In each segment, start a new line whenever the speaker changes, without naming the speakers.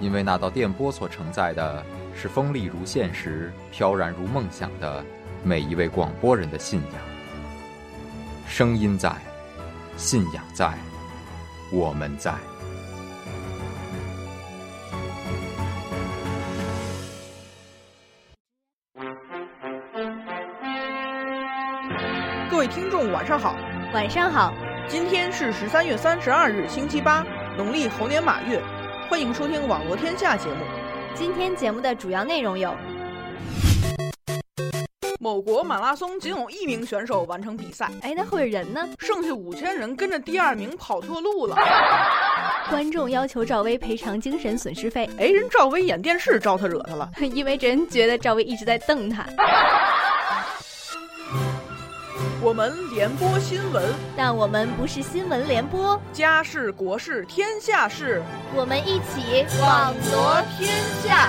因为那道电波所承载的是锋利如现实、飘然如梦想的每一位广播人的信仰。声音在，信仰在，我们在。
各位听众，晚上好！
晚上好，
今天是十三月三十二日，星期八，农历猴年马月。欢迎收听《网络天下》节目。
今天节目的主要内容有：
某国马拉松仅有一名选手完成比赛，
哎，那会儿人呢？
剩下五千人跟着第二名跑错路了。
观众要求赵薇赔偿精神损失费，
哎，人赵薇演电视招他惹他了。
因为真觉得赵薇一直在瞪他。
我们联播新闻，
但我们不是新闻联播，
家事国事天下事。
我们一起网罗天下。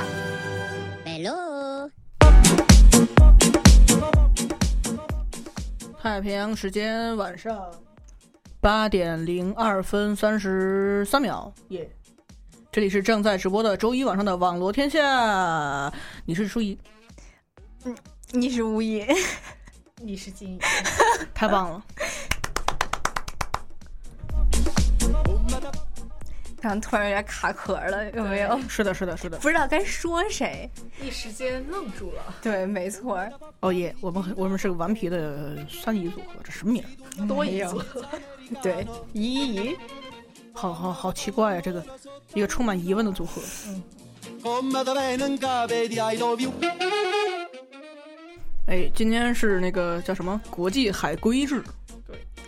太平洋时间晚上八点零二分三十三秒，耶、这里是正在直播的周一晚上的网罗天下，你是舒怡，
嗯你是 无意，
你是金鱼，
太棒了！
然后突然有点卡壳了，有没有？
是的，是的，是的。
不知道该说谁。
一时间愣住了。
对，没错儿，
哦耶，我们很我们是个顽皮的三姨组合，这什么名儿？哎
多一组，
对，咦咦咦，
好好好奇怪呀、啊这个一个充满疑问的组合。
嗯
哎，今天是那个叫什么国际海龟日？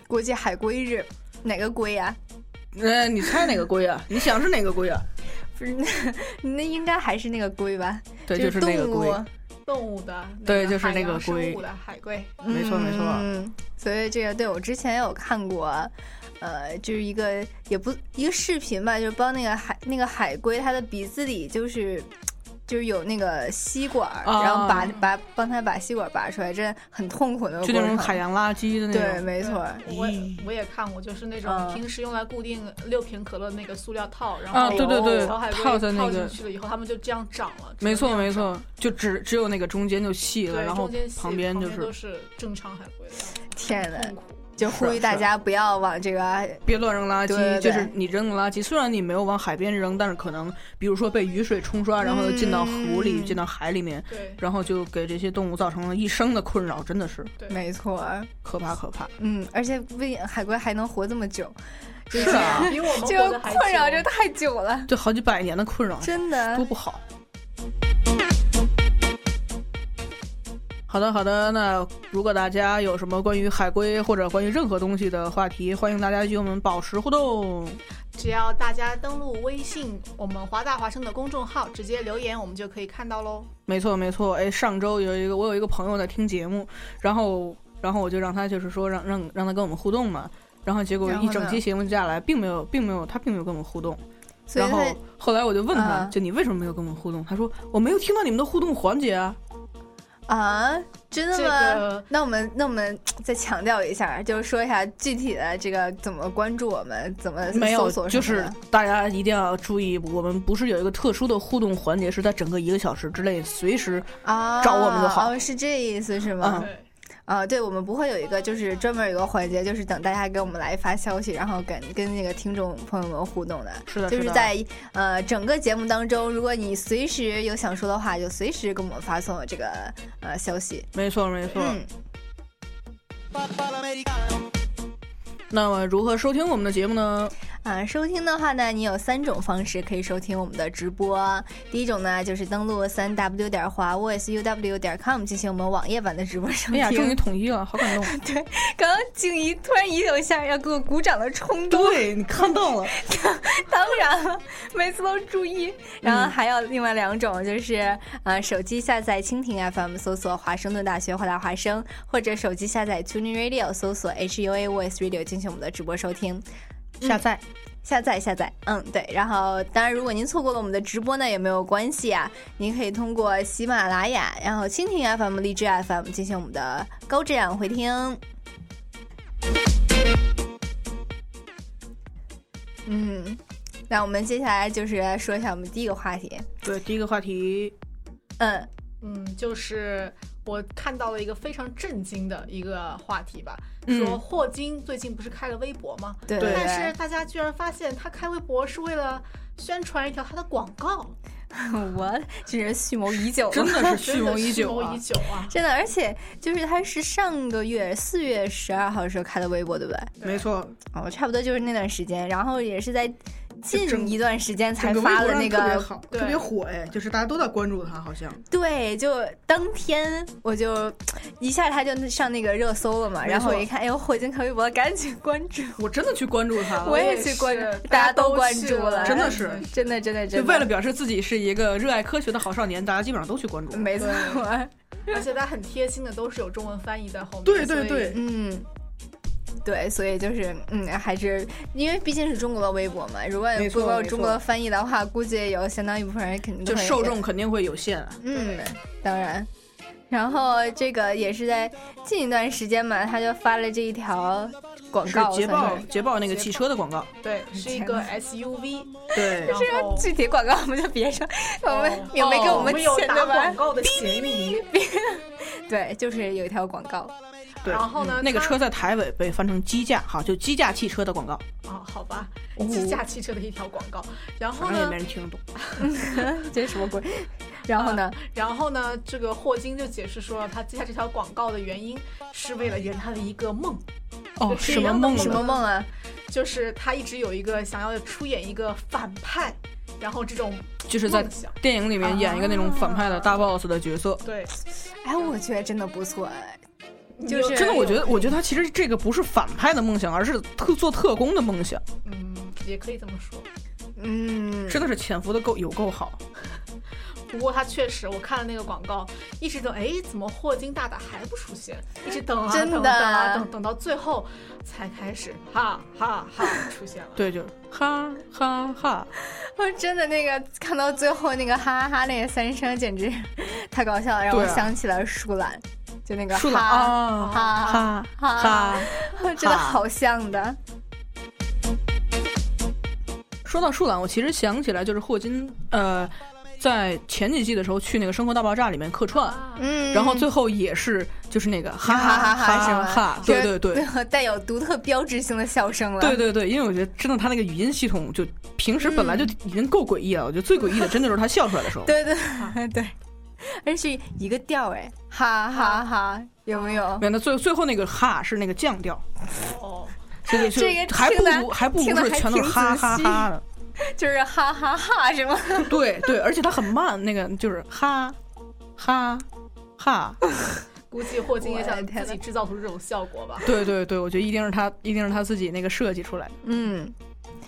国际海龟日，哪个龟啊呀、
呃，你猜哪个龟啊？ 你想是哪个龟啊？
不是那那应该还是那个龟吧？
对，
就
就是那个
动物
龟。
动物的，
对就是那个
海洋生
龟
物的海龟。
没错没错
嗯，所以这个对我之前有看过，呃，就是一个也不一个视频吧，就是帮那个海那个海龟，它的鼻子里就是。就是有那个吸管儿，
啊
然后把把帮它把吸管拔出来，真的很痛苦的
就那种海洋垃圾的那
对，
种。嗯
没错儿，
我我也看过，就是那种
嗯
平时用来固定六瓶可乐那个塑料套，然
啊
后
对对对
小海龟
套在那个
进去了以后，它们就这样长了。
没错
只能
没
这样长，
错，就只只有那个中间就细了，
对，
然后
中间细
旁
旁
边就
都
是
是正常海龟的样子。
天呐，
痛苦
就是呼吁
是啊
大家不要往啊这个
别乱扔垃圾，
对对对
就是你扔的垃圾，虽然你没有往海边扔，但是可能比如说被雨水冲刷，然后又进到湖里、
嗯
进到海里面，
对
然后就给这些动物造成了一生的困扰，真的是
对，
没错儿，
可怕可怕。
嗯，而且为海龟还能活这么久，
是啊，
比我们
这
活
个
得还
困扰
久
这太久了，
这好几百年的困扰，
真
多
的。
不好。好的，好的。那如果大家有什么关于海龟或者关于任何东西的话题，欢迎大家与我们保持互动。
只要大家登录微信我们华大华生的公众号，直接留言，我们就可以看到喽。
没错，没错。哎，上周有一个我有一个朋友在听节目，然后然后我就让他就是说让让让他跟我们互动嘛，然后结果
然后
一
呢
整期节目下来，并没有并没有他并没有跟我们互动。
所以
然后
他
后来我就问他，
嗯
就你为什么没有跟我们互动？他说我没有听到你们的互动环节啊。
啊，真的
这
吗？
个
那我们那我们再强调一下，就是说一下具体的这个怎么关注我们，怎么
没有
搜，索
就
什么
是
的
大家一定要注意，我们不是有一个特殊的互动环节，是在整个一个小时之内，随时
啊，
找我们就好嗯
哦，是这意思是吗？
对。
啊，对，我们不会有一个就是专门有一个环节，就是等大家给我们来发消息，然后跟跟那个听众朋友们互动的。
是的，
就是
的
在呃整个节目当中，如果你随时有想说的话，就随时给我们发送这个呃消息。
没错没错。
嗯，
那么如何收听我们的节目呢？
啊，收听的话呢，你有三种方式可以收听我们的直播。第一种呢，就是登录三 w 点华 o s u w 点 com 进行我们网页版的直播收
哎
听。
呀，终于统一了，好感动！
刚刚静怡突然也有一下要给我鼓掌的冲动。
对你看到了，
当然了，每次都注意。然
嗯
后还有另外两种，就是呃，手机下载蜻蜓 FM，搜索华盛顿大学华大华声，或者手机下载 TuneIn Radio，搜索 HUA Voice Radio 进行我们的直播收听。嗯
下载。
下载下载，嗯对，然后当然，如果您错过了我们的直播呢，也没有关系啊，您可以通过喜马拉雅，然后蜻蜓 FM、荔枝 FM 进行我们的高质量回听。嗯，那我们接下来就是来说一下我们第一个话题，
对，第一个话题，
嗯
嗯，就是我看到了一个非常震惊的一个话题吧，
嗯
说霍金最近不是开了微博吗？
对
对
但是大家居然发现他开微博是为了宣传一条他的广 告，
我这人蓄谋已久
真
了。
的是蓄
真
谋
的
已
蓄
久
谋
啊
已！久啊！
真的，而且就是他是上个月四月十二号的时候开的微博，对不对？
没错，
哦，差不多就是那段时间，然后也是在
就整
近一段时间才
整个微
发
博
了
上
那
特别
个，
好，
对
特别火哎，就是大家都在关注他，好像
对，就当天我就一下他就上那个热搜了嘛，
没
然后我
错
一看，哎呦，火箭开微博，赶紧关注，
我真的去关注他
我
了，
也
是
去关注大
大
家都关
去
注了
真的是
真的，真的，
就
真的，
为了表示自己是一个热爱科学的好少年，大家基本上都去关注。
没错，
而且他很贴心的都是有中文翻译在后面，
对对
所以
对，
嗯。对，所以就是，嗯，还是因为毕竟是中国的微博嘛，如果
没
不
错没
够中国的
错
翻译的话，估计有相当一部分人肯定
就
会
受众肯定会有限啊。
嗯，当然。然后这个也是在近一段时间嘛，他就发了这一条广
是
告，
捷豹
算是
捷豹那个汽车的广告，
对是一个 SUV，
啊
对
然后
具体广告我们就别说，我
哦
们有没给
哦
我
我
们
有
钱
打
对
广
吧？
告的嫌疑。
对，就是有一条广告，
对
然后呢
嗯那个
它
车在台尾被翻成机架，哈，就机架汽车的广告，
啊，好吧，
哦嗯
自驾汽车的一条广告。然后
反正也
呢
没，人听得懂。
这是什么鬼？然后呢？
呃然后呢，这个霍金就解释说，他接下这条广告的原因是为了圆他的一个梦，
哦，
是
什么梦
啊
什么
呢？
梦啊？
就是他一直有一个想要出演一个反派，然后这种
就是在
梦想。啊
电影里面演一个那种反派的大 boss 的角色。
对，
哎，我觉得真的不错，哎
你有
是
真的，我觉得，我觉
得，
得他其实这个不是反派的梦想，而是特做特工的梦想，
嗯，也可以这么说。
嗯，
真的是潜伏的够有够好。
不过他确实，我看了那个广告，一直等，哎，怎么霍金大大还不出现？一直等啊
真的
等啊等啊等，等到最后才开始，哈哈哈出现了。
对，就哈哈哈，
我 真的那个看到最后那个哈哈哈那个三声，简直 太搞笑了，让我
对啊
想起了舒兰，就那个
树懒
哈
啊，
哈
哈
哈
哈。
真的好像的，
说到树懒，我其实想起来，就是霍金，呃，在前几季的时候去那个《生活大爆炸》里面客串，
啊
嗯，
然后最后也是就是那个哈
哈哈
哈
哈是吗
哈，对对对。
对，带有独特标志性的笑声了，
对对对，因为我觉得真的他那个语音系统，就平时本来就已经够诡异了，我觉得最诡异的真的就是他笑出来的时候。
对对对，而且是一个调儿哎，哈哈哈，有 没有？
没有，那最最后那个哈是那个降调，
哦，
所以就
这个
还不
听得
如还不
听
如
得
是
还
全都是
挺
哈
仔
哈
细
哈 的。
就是哈哈哈是吗？
对对，而且他很慢，那个就是哈哈哈。
估计霍金也
我
想
的天
自己制造出这种效果吧。
对对对，我觉得一定是他，一定是他自己那个设计出来的。
嗯，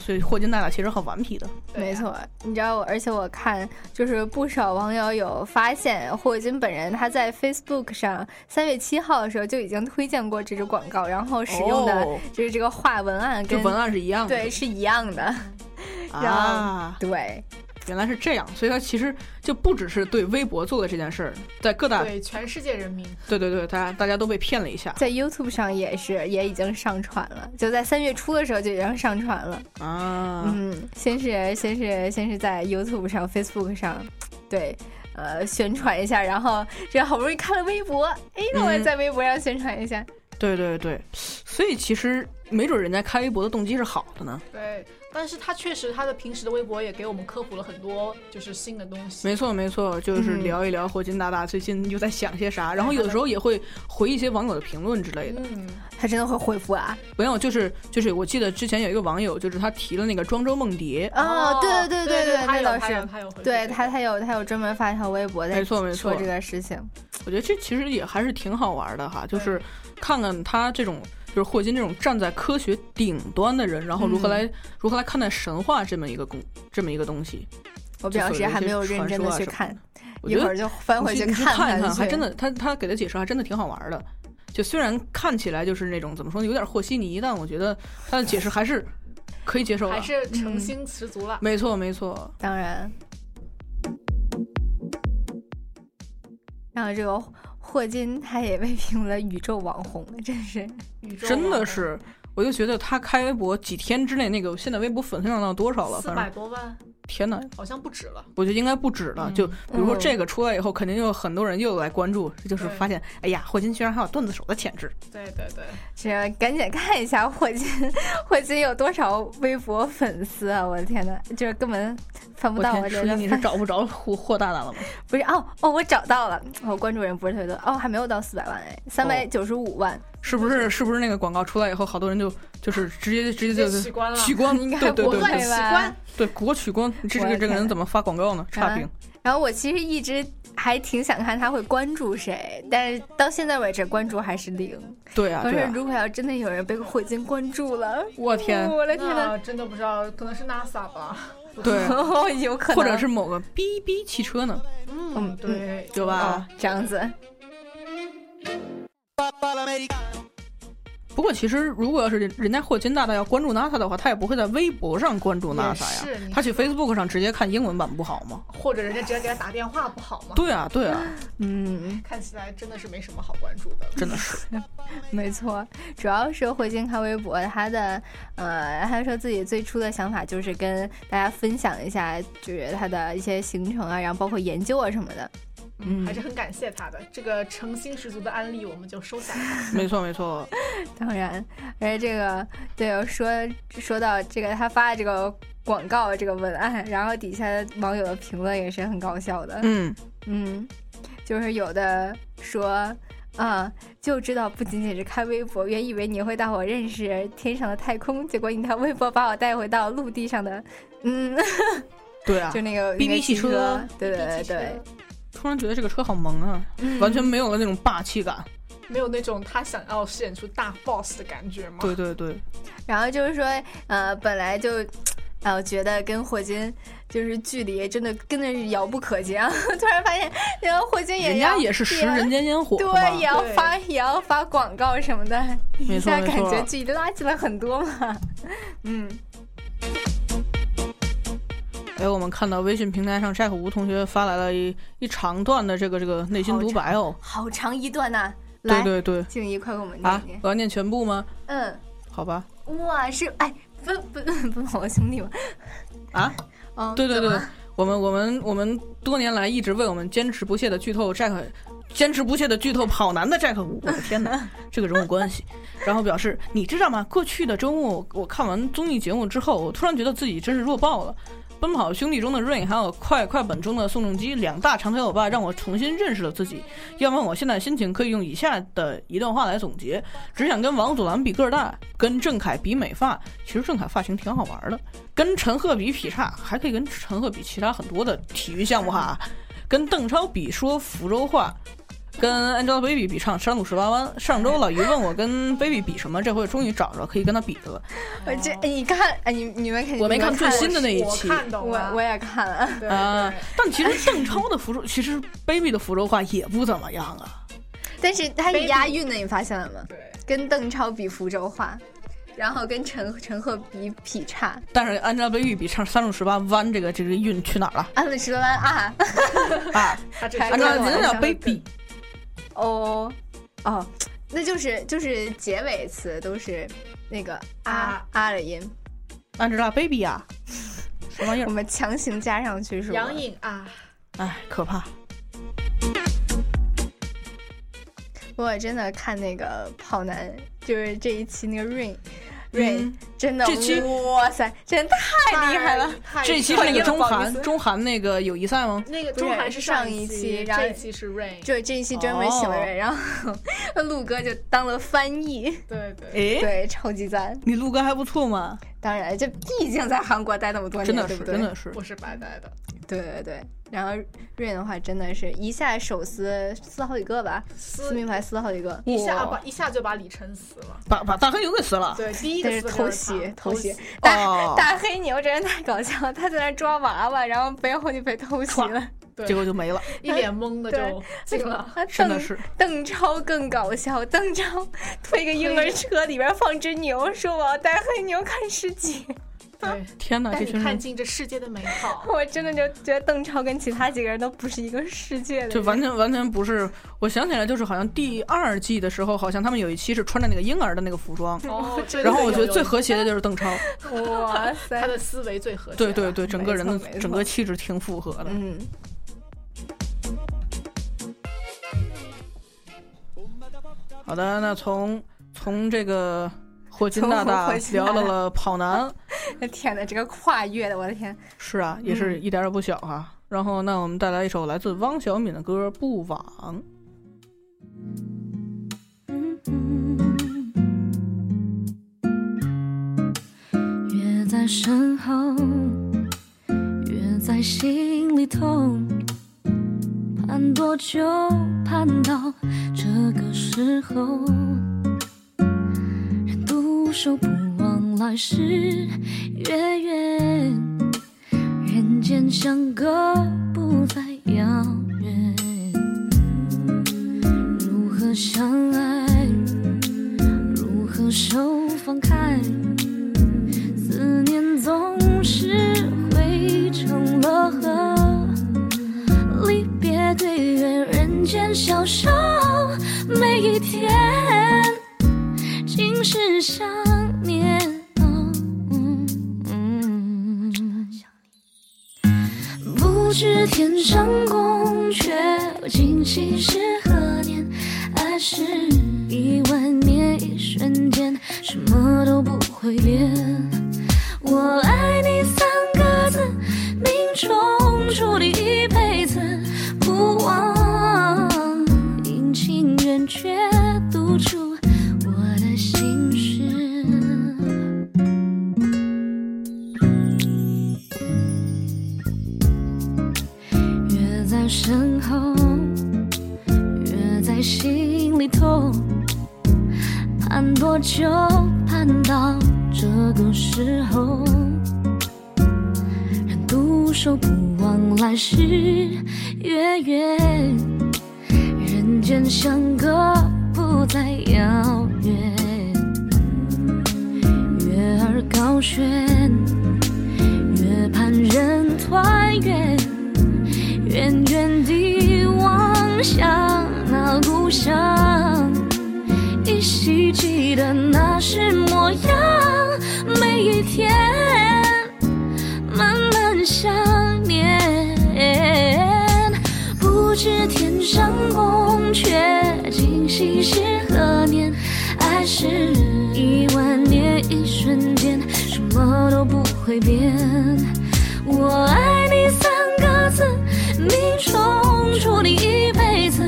所以霍金大大其实很顽皮的。
对啊
没
呀，
错，你知道我，而且我看就是不少网友有发现，霍金本人他在 Facebook 上三月七号的时候就已经推荐过这支广告，然后使用的
哦
就是这个画文案
这
跟
文案是一样的。
对是一样的，
啊，
对，
原来是这样，所以他其实就不只是对微博做的这件事儿，在各大
对全世界人民，
对对对，大家大家都被骗了一下
在 YouTube 上也是，也已经上传了，就在三月初的时候就已经上传了。
啊。
嗯，先是先是先是在 YouTube 上、Facebook 上，对，呃，宣传一下，然后这好不容易看了微博，哎，那我也
嗯
在微博上宣传一下。
对对对，所以其实没准人家开微博的动机是好的呢。
对，但是他确实他的平时的微博也给我们科普了很多就是新的东西。
没错没错，就是
嗯
聊一聊霍金大大最近又在想些啥，然后有的时候也会回一些网友的评论之类的。
嗯，
他真的会回复啊！
没有，就是就是，我记得之前有一个网友，就是他提了那个庄周梦蝶，
哦，对对
对
对
对，他
那
有
倒
他有
是，
他有回复
对
这
他
个
他有他有专门发一条微博在
没错没错
哎说这个事情，
我觉得这其实也还是挺好玩的哈，
嗯
就是看看他这种就是霍金这种站在科学顶端的人，然后如何来、
嗯
如何来看待神话这么一个公这么一个东西。
我表示还没有认真的去看，
啊我
一
觉
会
得
儿就翻回
你去你去
看
看
看去，
还真的，他他给的解释还真的挺好玩的。就虽然看起来就是那种怎么说呢，有点和稀泥，但我觉得他的解释还是可以接受的
还。
嗯
是诚心十足了。
没错，没错，
当然。然后这个霍金他也被评为了宇宙网红，真是
宇宙
真的是，我就觉得他开微博几天之内，那个现在微博粉丝量到多少了？
四
反
百
正
多万，
天哪，
好像不止了。
我觉得应该不止了。
嗯
就比如说
嗯
这个出来以后，肯定有很多人又来关注，这就是
对
发现，哎呀，霍金居然还有段子手的潜质。
对对对，
这赶紧看一下霍金，霍金有多少微博粉丝啊！我的天呐，就是根本翻不
我
到我
天，
这
所以
个
你是
翻
找不着霍霍大大了吗？
不是哦哦，我找到了，我关注人不是特别多哦，还没有到四百万哎，三百九十五万，
是不是？是不是那个广告出来以后，好多人就就是直接直接
这
就
取关了。
取关？
嗯应
对
该
对
不
对
会
乱
对
取
吧
关，
对，国取关，这
我
个
的
这个人
天
怎么发广告
嗯
呢？差评。
然后我其实一直还挺想看他会关注谁，但是到现在为止关注还是零。
对啊，
可
对
是
啊。
如果要真的有人被霍金关注 了，
我天，
我的天呐，
那真的不知道，可能是 NASA 吧。
对，
哦有可能
或
啊
者是某个 BB 汽车呢，
嗯，对，
对吧？
哦这样子，
不过其实如果要是人家霍金大大要关注 NASA 的话，他也不会在微博上关注
也
嗯 NASA 呀，
是，你
他去 Facebook 上直接看英文版不好
哦
吗？
或者人家直接给他打电话不好吗？
对啊，对啊，
嗯，
看起来真的是没什么好关注的。
真的是。
没错，主要是霍金看微博，他的呃，他说自己最初的想法就是跟大家分享一下，就是他的一些行程啊，然后包括研究啊什么的。嗯
还是很感谢他的这个诚心十足的案例，我们就收下了。
没错没错，
当然，而且这个对说说到这个他发的这个广告这个文案，然后底下网友的评论也是很搞笑的。
嗯，
嗯，就是有的说。啊、就知道不仅仅是看微博，原以为你会带我认识天上的太空，结果你看微博把我带回到陆地 上的，嗯，
对啊
就，那个
BB
那个
汽车
对对对
毕竟
对
是，
突然觉得这个车好萌啊，
嗯
完全没有了那种霸气感。
没有那种他想要饰演出大 boss 的感觉吗？
对对对，
然后就是说，呃，本来就，啊，我觉得跟霍金就是距离真的真的是遥不可及啊！ 突然发现，然后霍金也
人家
要
也是食
也
人间烟火嘛，
对，也要
对
发也要发广告什么的，
没
一
错
下
没
感
错
觉距离拉近了很多嘛。 嗯，
哎，我们看到微信平台上 Jack 吴同学发来了一一长段的这个这个内心独白哦。
好长一段呐、
对
来，
对对
静怡，快给我们
啊
念念。！
我要念全部吗？
嗯，
好吧。
哇，是哎，不不不，好兄弟吗？
啊？
哦，
对对
怎么
对，我们我们我们多年来一直为我们坚持不懈的剧透 Jack，坚持不懈的剧透跑男的 Jack 五，我的天哪，这个人物关系。然后表示，你知道吗？过去的周末，我我看完综艺节目之后，我突然觉得自己真是弱爆了。《奔跑兄弟》中的 Rain，还有《快快本》中的宋仲基，两大长腿欧巴让我重新认识了自己。要问我现在心情，可以用以下的一段话来总结：只想跟王祖蓝比个儿大，跟郑恺比美发。其实郑恺发型挺好玩的，跟陈赫比劈叉，还可以跟陈赫比其他很多的体育项目哈。跟邓超比说福州话，跟 Angelababy 比唱《山路十八弯》。上周老于问我跟 Baby 比什么，这回终于找着可以跟他比的了。
我这哎你看，哎你你们肯定
我没
你们
看最
了
新的那一
我
期
看懂
我
了，
我也看了。
对
啊
对，
但其实邓超的福州，其实 Baby 的福州话也不怎么样啊。
但是它是
Baby
押韵的，你发现了吗？
对，
跟邓超比福州话，然后跟陈陈赫比劈叉，
但是 Angelababy 比唱《三路十八弯》这个这个韵去哪儿了
安了十多万啊！
啊
他这
还
是
跟我
？Angelababy 叫
上了
Baby，
哦哦，那就是就是结尾词都是那个啊
啊
啊的音，
Angelababy 啊，什么玩意
我
儿？
们强行加上去是吧
杨？颖啊，
哎，可怕！
我也真的看那个跑男，就是这一期那个 Rain。Rain、
嗯
真的，
这期
哇塞，真的太厉害了！，
太
这一期是
太
那个中
不好意思
韩中韩那个友谊赛吗？
那个中韩是
上
一
一期然后
这一期是 Rain，
就这一期专门
哦
请了人，然后陆哥就当了翻译，
对对，
哎，
对，超级赞。
你陆哥还不错嘛，
当然，这毕竟在韩国待那么多年，
真的
对
是
不对？
真的是，
不是白呆的，
对对对。然后瑞的话，真的是一下手撕撕好几个吧，撕名牌撕了好几个，
一下
哇啊
把一下就把李晨死了，
把把大黑牛给撕了。
对，第一个
但是
死的
偷
就是
袭
他
偷袭，大、
哦，
大黑牛真是太搞笑了，他在那儿抓娃娃，然后背后就被偷袭
唰
了，
对
结果就没 了，
一脸懵的就 进了。
啊
真的
邓
是。
邓超更搞笑，邓超 推个婴儿车里边放只牛，说我要带黑牛看世界，
对，
天哪，
带
这
你
群
看
人
尽这世界的美 好。
我真的就觉得邓超跟其他几个人都不是一个世界的
这
人。
完全完全不是。我想起来，就是好像第二季的时候，好像他们有一期是穿着那个婴儿的那个服装，
哦，对
然后我
对
觉得
有
最
有
和谐的就是邓 超，
哇
他
塞！
的思维最和谐。
对对，对，整个人的
没错没错
整个气质挺符合的。
嗯，
好的，那从从这个霍金
从
大大
霍金
聊
大
到
大
了跑男，
天哪，这个跨越的，我的天！
是啊，
嗯
也是一点儿也不小哈、然后，那我们带来一首来自汪小敏的歌《不枉》。
越在身后，越在心里痛。盼多久，盼到这个时候？人独守不忘来世月圆，人间相隔不再遥远。如何相爱？如何手放开？思念总是汇成了河，离别对月，人间消瘦。每一天尽是想念。哦嗯嗯不知天上宫阙，今夕是何年？爱是一万年，一瞬间，什么都不会变。我爱你三个字，命中注定一辈子不忘。阴晴圆缺，读出我的心事。越在身后，越在心里痛。盼多久，盼到这个时候？人独守不忘来世月圆，人间相隔不再遥远。月儿高悬，月盼人团圆。远远地望向那故乡，依稀记得那时模样。每一天，慢慢想念。不知天上宫阙，今夕是何年？爱是一万年，一瞬间，什么都不会变。我爱你三个字，命中注定一辈子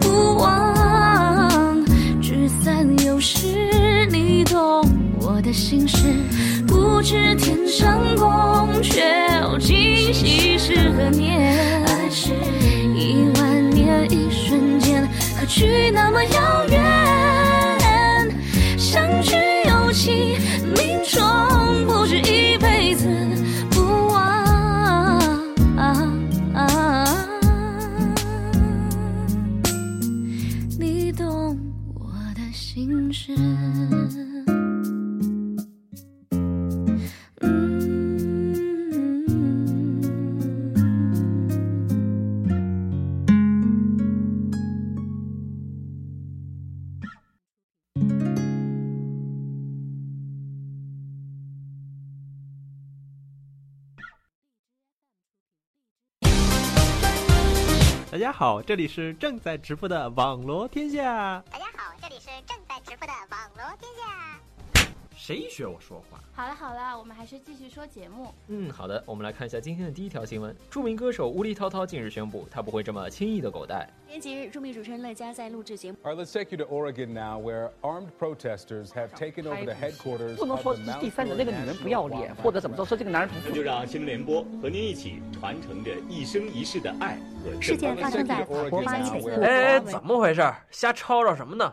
不忘。聚散有时，你懂我的心事。不知天上宫阙，今夕是何年？爱是一万年，一瞬间，何去那么遥远？相聚有期，命中不止一辈子不忘。你懂我的心事。嗯嗯
大家好，这里是正在直播的网罗天下。
大家好，这里是正在直播的网罗天下。
谁学我说话？
好了好了，我们还是继续说节目。
嗯，好的，我们来看一下今天的第一条新闻。著名歌手乌力涛涛近日宣布，他不会这么轻易的狗带。
今天即日，著名主持人乐嘉在录制节目。
All right, let's take you to Oregon now, where armed protesters have taken over the headquarters.
不能说第三者那个女人不要脸，或者怎么着说这个男人不负责。
那就让新闻联播和您一起传承着一生一世的爱和。
事件发生在法国巴黎北部。
哎，怎么回事？瞎吵吵什么呢？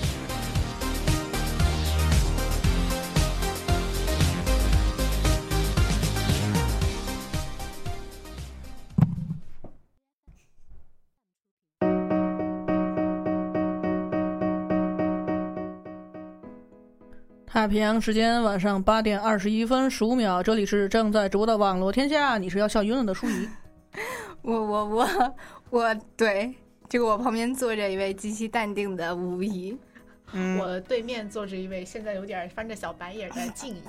太平洋时间晚上八点二十一分十五秒，这里是正在直播的网络天下，你是要笑晕了的舒怡。
我我我我对，这个我旁边坐着一位极其淡定的无疑，
嗯
我对面坐着一位现在有点翻着小白眼儿的静怡。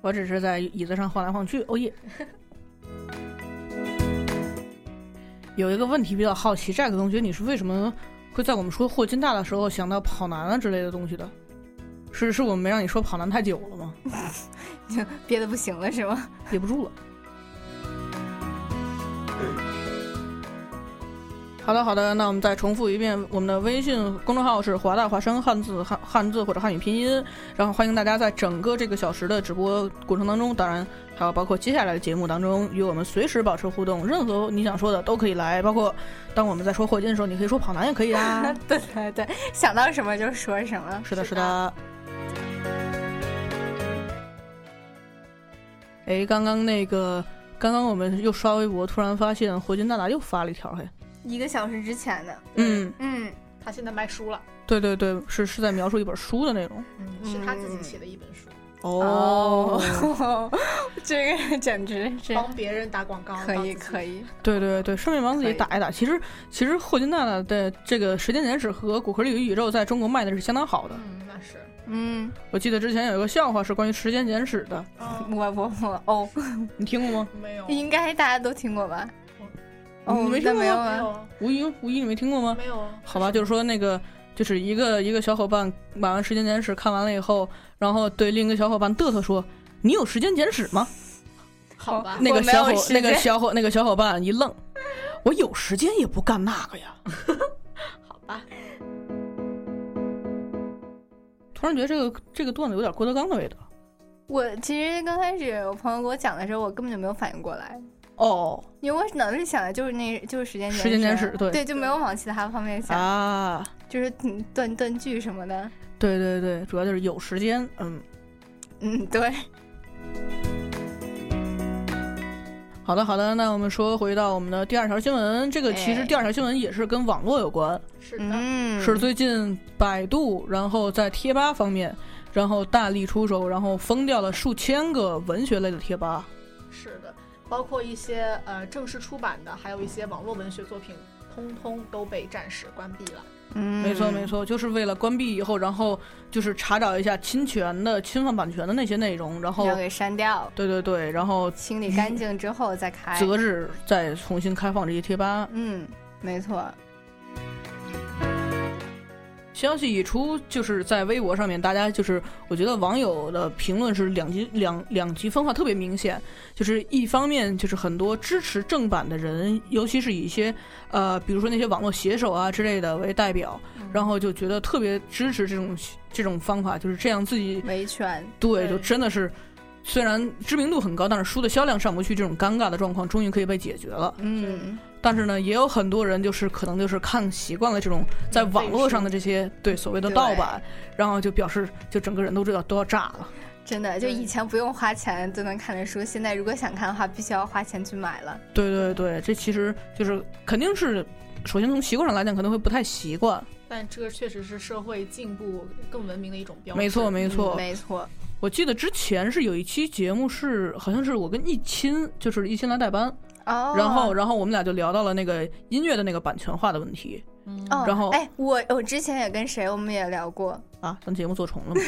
我只是在椅子上晃来晃去。哦耶！有一个问题比较好奇，这个同学，你是为什么会在我们说霍金大的时候想到跑男啊之类的东西的？是是我们没让你说跑男太久了吗？
就憋得不行了是吗？
憋不住了。好的，好的，那我们再重复一遍，我们的微信公众号是华大华生汉字汉汉字或者汉语拼音，然后欢迎大家在整个这个小时的直播过程当中，当然还有包括接下来的节目当中，与我们随时保持互动，任何你想说的都可以来，包括当我们在说霍金的时候，你可以说跑男也可以 啊。
对对对，想到什么就说什么。
是的，是的。哎，刚刚那个，刚刚我们又刷微博，突然发现霍金大大又发了一条，嘿，
一个小时之前的，
嗯，
嗯，
他现在卖书了，
对对对，是是在描述一本书的内容。
嗯，是他自己写的一本书，
哦，
这个简直是
帮别人打广告，
嗯可以
帮自己
可以，
对对对，顺便帮自己打一打。其实其实霍金大大的这个《时间简史》和《骨壳里的宇宙》在中国卖的是相当好的。
嗯，那是，
嗯，
我记得之前有一个笑话是关于《时间简史》的，
我我我哦，
你听过吗？
没有，
应该大家都听过吧？哦，
你没
那
听过
没有
吗？
没
啊？
有，
吴一吴一，你没听过吗？
没有，
好吧，就是说那个，就是一个一个小伙伴买完《时间简史》看完了以后，然后对另一个小伙伴嘚瑟说：“你有《时间简史》吗
好吧？”，
那
我
个
没
小伙
有时
那个
间
小伙那个小伙伴一愣，我有时间也不干那个呀。
好吧，
突然觉得这个这个段子有点郭德纲的味道。
我其实刚开始我朋友给我讲的时候，我根本就没有反应过来，
哦
因为我脑子里想的就是那就是时间啊
时间简史对
对，就没有往其他方面想，
啊，
就是嗯断断句什么的。
对对对，主要就是有时间，嗯。
嗯，对，
好的，好的，那我们说回到我们的第二条新闻，这个其实
哎
第二条新闻也是跟网络有关，
是的，
嗯，
是最近百度，然后在贴吧方面，然后大力出手，然后封掉了数千个文学类的贴吧。
是的，包括一些呃正式出版的，还有一些网络文学作品，通通都被暂时关闭了。
嗯，
没错，没错，就是为了关闭以后，然后就是查找一下侵权的、侵犯版权的那些内容，然后
要给删掉，
对对对，然后
清理干净之后再开。
嗯
择日再重新开放这些贴吧。
嗯，没错，
消息一出，就是在微博上面，大家就是我觉得网友的评论是两极两两极分化特别明显，就是一方面就是很多支持正版的人，尤其是以一些呃，比如说那些网络写手啊之类的为代表，然后就觉得特别支持这种这种方法，就是这样自己
维权。
对，
对
就真的是虽然知名度很高，但是书的销量上不去，这种尴尬的状况终于可以被解决了。
嗯，
但是呢，也有很多人就是可能就是看习惯了这种在网络上的这些对所谓的盗版，然后就表示就整个人都知道都要炸了。
真的，就以前不用花钱都能看的书，现在如果想看的话，必须要花钱去买了。
对对对，这其实就是肯定是，首先从习惯上来讲可能会不太习惯。
但这个确实是社会进步更文明的一种标志。
没错没错，
嗯没错，
我记得之前是有一期节目是好像是我跟一亲就是一亲来代班，
哦
然后然后我们俩就聊到了那个音乐的那个版权化的问题，
哦，
然后
哎，我我之前也跟谁我们也聊过，
啊，咱节目做重 了吗？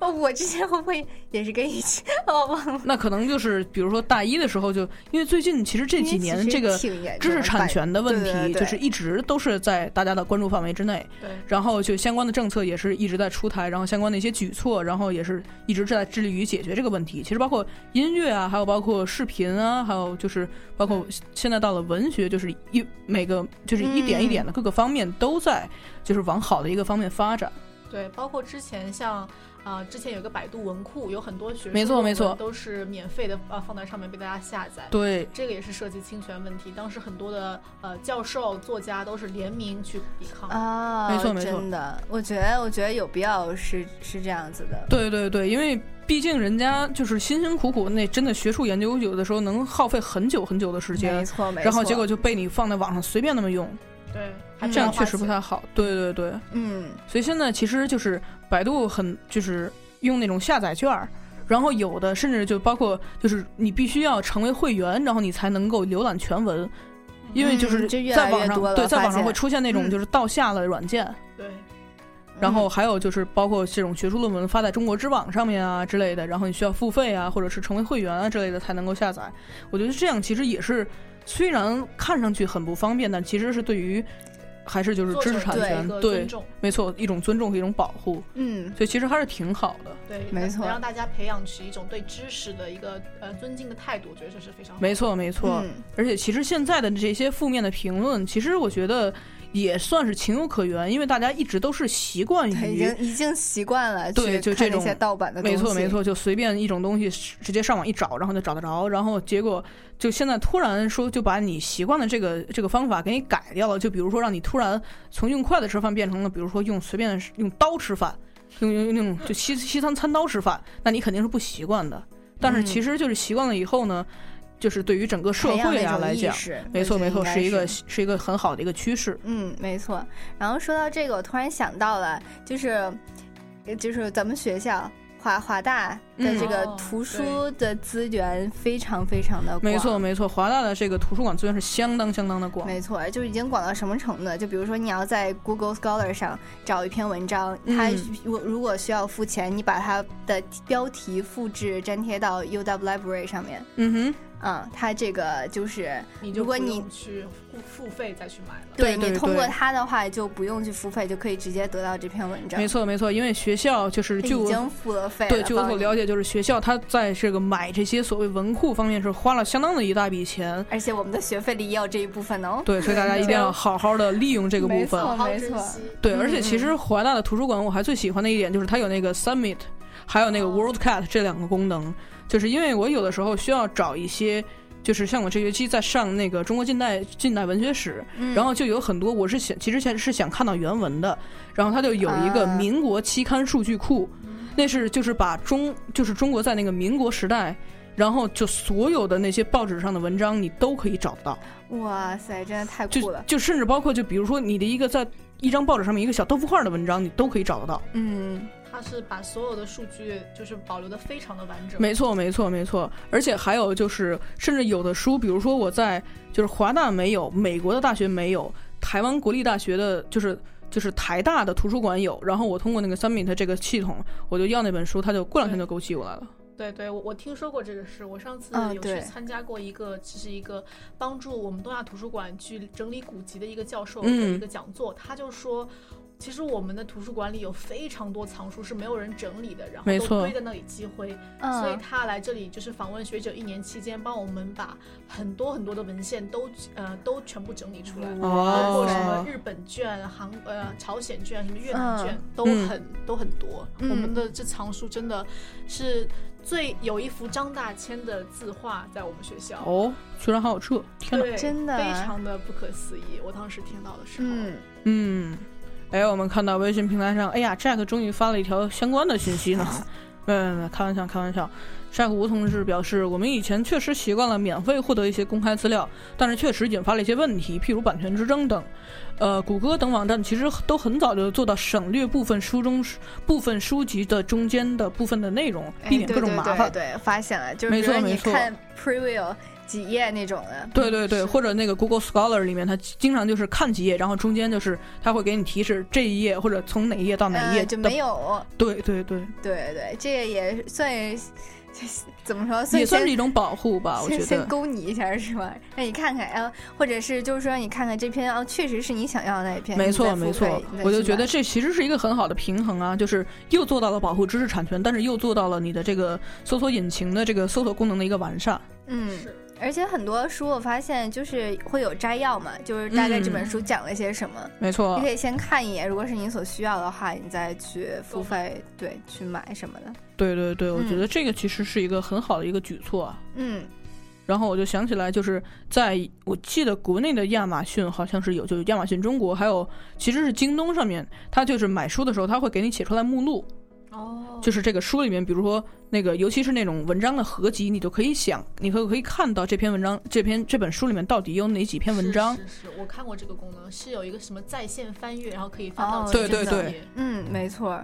哦，我之前会不会也是跟一起？ 哦，忘了。
那可能就是比如说大一的时候就，因为最近其实这几
因 为
年
其实
这个
挺严重
知
的
识产权的问
对对
题，
对
就是一直都是在大家的关注范围之内。
对
然后就相关的政策也是一直在出台，然后相关的一些举措，然后也是一直在致力于解决这个问题。其实包括音乐啊，还有包括视频啊，还有就是包括现在到了文学，就是一每个就是一点一点的各个方面都在就是往好的一个方面发展。
对，包括之前像啊、呃之前有个百度文库，有很多学术
没错
论文
没错
都是免费的，呃，放在上面被大家下载。
对
这个也是涉及侵权问题，当时很多的呃教授、作家都是联名去抵抗。
啊，
没错没错
真的，我觉得我觉得有必要是是这样子的。
对对对，因为毕竟人家就是辛辛苦苦那真的学术研究，有的时候能耗费很久很久的时间，
没错没错
然后结果就被你放在网上随便那么用，
对，还
这样确实不太好。对对对，
嗯，
所以现在其实就是百度很就是用那种下载券儿。然后有的甚至就包括，就是你必须要成为会员，然后你才能够浏览全文，因为就
嗯
是
这越来
在
越
网上、
多了
对，在
发
网上
现
会出现嗯那种
嗯
就是盗下了软件，
对，
然后还有就是包括这种学术论文发在中国知网上面啊之类的，然后你需要付费啊，或者是成为会员啊之类的才能够下载。我觉得这样其实也是，虽然看上去很不方便，但其实是对于还是就是
作者
知识产
的一
权
个
对
尊重，
没错，一种尊重和一种保护。
嗯，
所以其实还是挺好的。
对，
没
能
错
让大家培养起一种对知识的一个呃尊敬的态度，我觉得这是非常好
没错，没错。
嗯
而且其实现在的这些负面的评论，其实我觉得也算是情有可原，因为大家一直都是习惯
对
于
已经已经习惯了
对，
去
就
看
这
那
种
些盗版的东
没
西，
错没错，，就随便一种东西直接上网一找，然后就找得着，然后结果就现在突然说就把你习惯的这个这个方法给你改掉了，就比如说让你突然从用筷子吃饭变成了，比如说用随便用刀吃饭，用用用那种就西西餐餐刀吃饭，那你肯定是不习惯的。但是其实就是习惯了以后呢，就是对于整个社
嗯培养
会
那
啊
种
来
意
讲
识，
没错
我觉
没
得
错，
应该
是一个是一个很好的一个趋势。
嗯，没错。然后说到这个，我突然想到了，就是呃就是咱们学校华华大的
嗯
这个
哦
图书的资源非常非常的广，
没错没错，华大的这个图书馆资源是相当相当的广，
没错，就已经广到什么程度呢？就比如说，你要在 Google Scholar 上找一篇文章，
嗯
它如如果需要付钱，你把它的标题复制粘贴到 UW Library 上面，
嗯
嗯，它这个就是，
你就
如果
不
你
用去付付费再去买了。
你通过它的话，就不用去付费，就可以直接得到这篇文章。
没，错没错，因为学校就是
已
据我
经付了费了。
对，据我
帮
所
你
了解，就是学校它在这个买这些所谓文库方面是花了相当的一大笔钱，
而且我们的学费里也有这一部分哦。
对，所以大家一定要好好的利用这个部分。
没错没错。
啊
对，而且
嗯
其实华大的图书馆我还最喜欢的一点就是它有那个 Summit，还有那个 WorldCat 这两个功能，就是因为我有的时候需要找一些。就是像我这学期在上那个中国近代近代文学史，
嗯
然后就有很多我是想其实想是想看到原文的，然后它就有一个
啊
民国期刊数据库，那是就是把中就是中国在那个民国时代，然后就所有的那些报纸上的文章你都可以找到，
哇塞，真的太酷
就
了。
就甚至包括就比如说你的一个在一张报纸上面一个小豆腐块儿的文章，你都可以找得到。
嗯，
它是把所有的数据就是保留的非常的完整。
没错，没错，没错。而且还有就是，甚至有的书，比如说我在就是华大没有，美国的大学没有，台湾国立大学的，就是就是台大的图书馆有。然后我通过那个 Summit 这个系统，我就要那本书，它就过两天就给我寄过来了。
对对，我我听说过这个事。我上次
嗯
有去
对
参加过一个，这是一个帮助我们东亚图书馆去整理古籍的一个教授的
嗯
一个讲座，他就说。其实我们的图书馆里有非常多藏书是没有人整理的，然后
没
都
错
堆在那里积灰。
嗯
所以他来这里就是访问学者一年期间，帮我们把很多很多的文献都呃都全部整理出
嗯
来，
哇
包括什么日本卷、韩呃朝鲜卷、什么越南卷、
嗯
都
嗯
很都很多。
嗯
我们的这藏书真的是最有一幅张大千的字画在我们学校，
哦，居然还有这！天哪，
对，非常的不可思议。我当时听到的时候，
嗯，
嗯，哎，我们看到微信平台上，哎呀，Jack 终于发了一条相关的信息呢。没有没有没有，开玩笑开玩笑。Jack 吴同志表示，我们以前确实习惯了免费获得一些公开资料，但是确实引发了一些问题，譬如版权之争等。呃，谷歌等网站其实都很早就做到省略部分书中部分书籍的中间的部分的内容，
哎
避免
对
各种
对
麻
对
烦。
对发现了，就是
没
比如
错
说你
没错
看 Preview 几页那种的。
对对对，或者那个 Google Scholar 里面，它经常就是看几页，然后中间就是它会给你提示这一页或者从哪一页到哪一页、
嗯就没。有。
对对对，
对对，这个也算是 怎么说，
也
先
算是一种保护吧，啊我觉
先先
得。
勾你一下是吧？让你看看，啊，或者是就是说让你看看这篇啊，确实是你想要的那一篇。
没
你
错
再付
没错
费你，再
我就
去
觉
买
得这其实是一个很好的平衡啊，就是又做到了保护知识产权，但是又做到了你的这个搜索引擎的这个搜索功能的一个完善。
嗯，而且很多书我发现就是会有摘要嘛，就是大概这
嗯
本书讲了些什么。
没错
你可以先看一眼，如果是你所需要的话，你再去付费，对，去买什么的。
对对对，我
嗯
觉得这个其实是一个很好的一个举措啊。
嗯，
然后我就想起来，就是在我记得国内的亚马逊好像是有，就是亚马逊中国，还有其实是京东上面，它就是买书的时候，它会给你写出来目录。
哦，
就是这个书里面，比如说那个，尤其是那种文章的合集，你就可以想，你可可以看到这篇文章、这篇这本书里面到底有哪几篇文章。
是是我看过这个功能，是有一个什么在线翻阅，然后可以翻到
哦
前
对对
几页
对，
嗯，没错。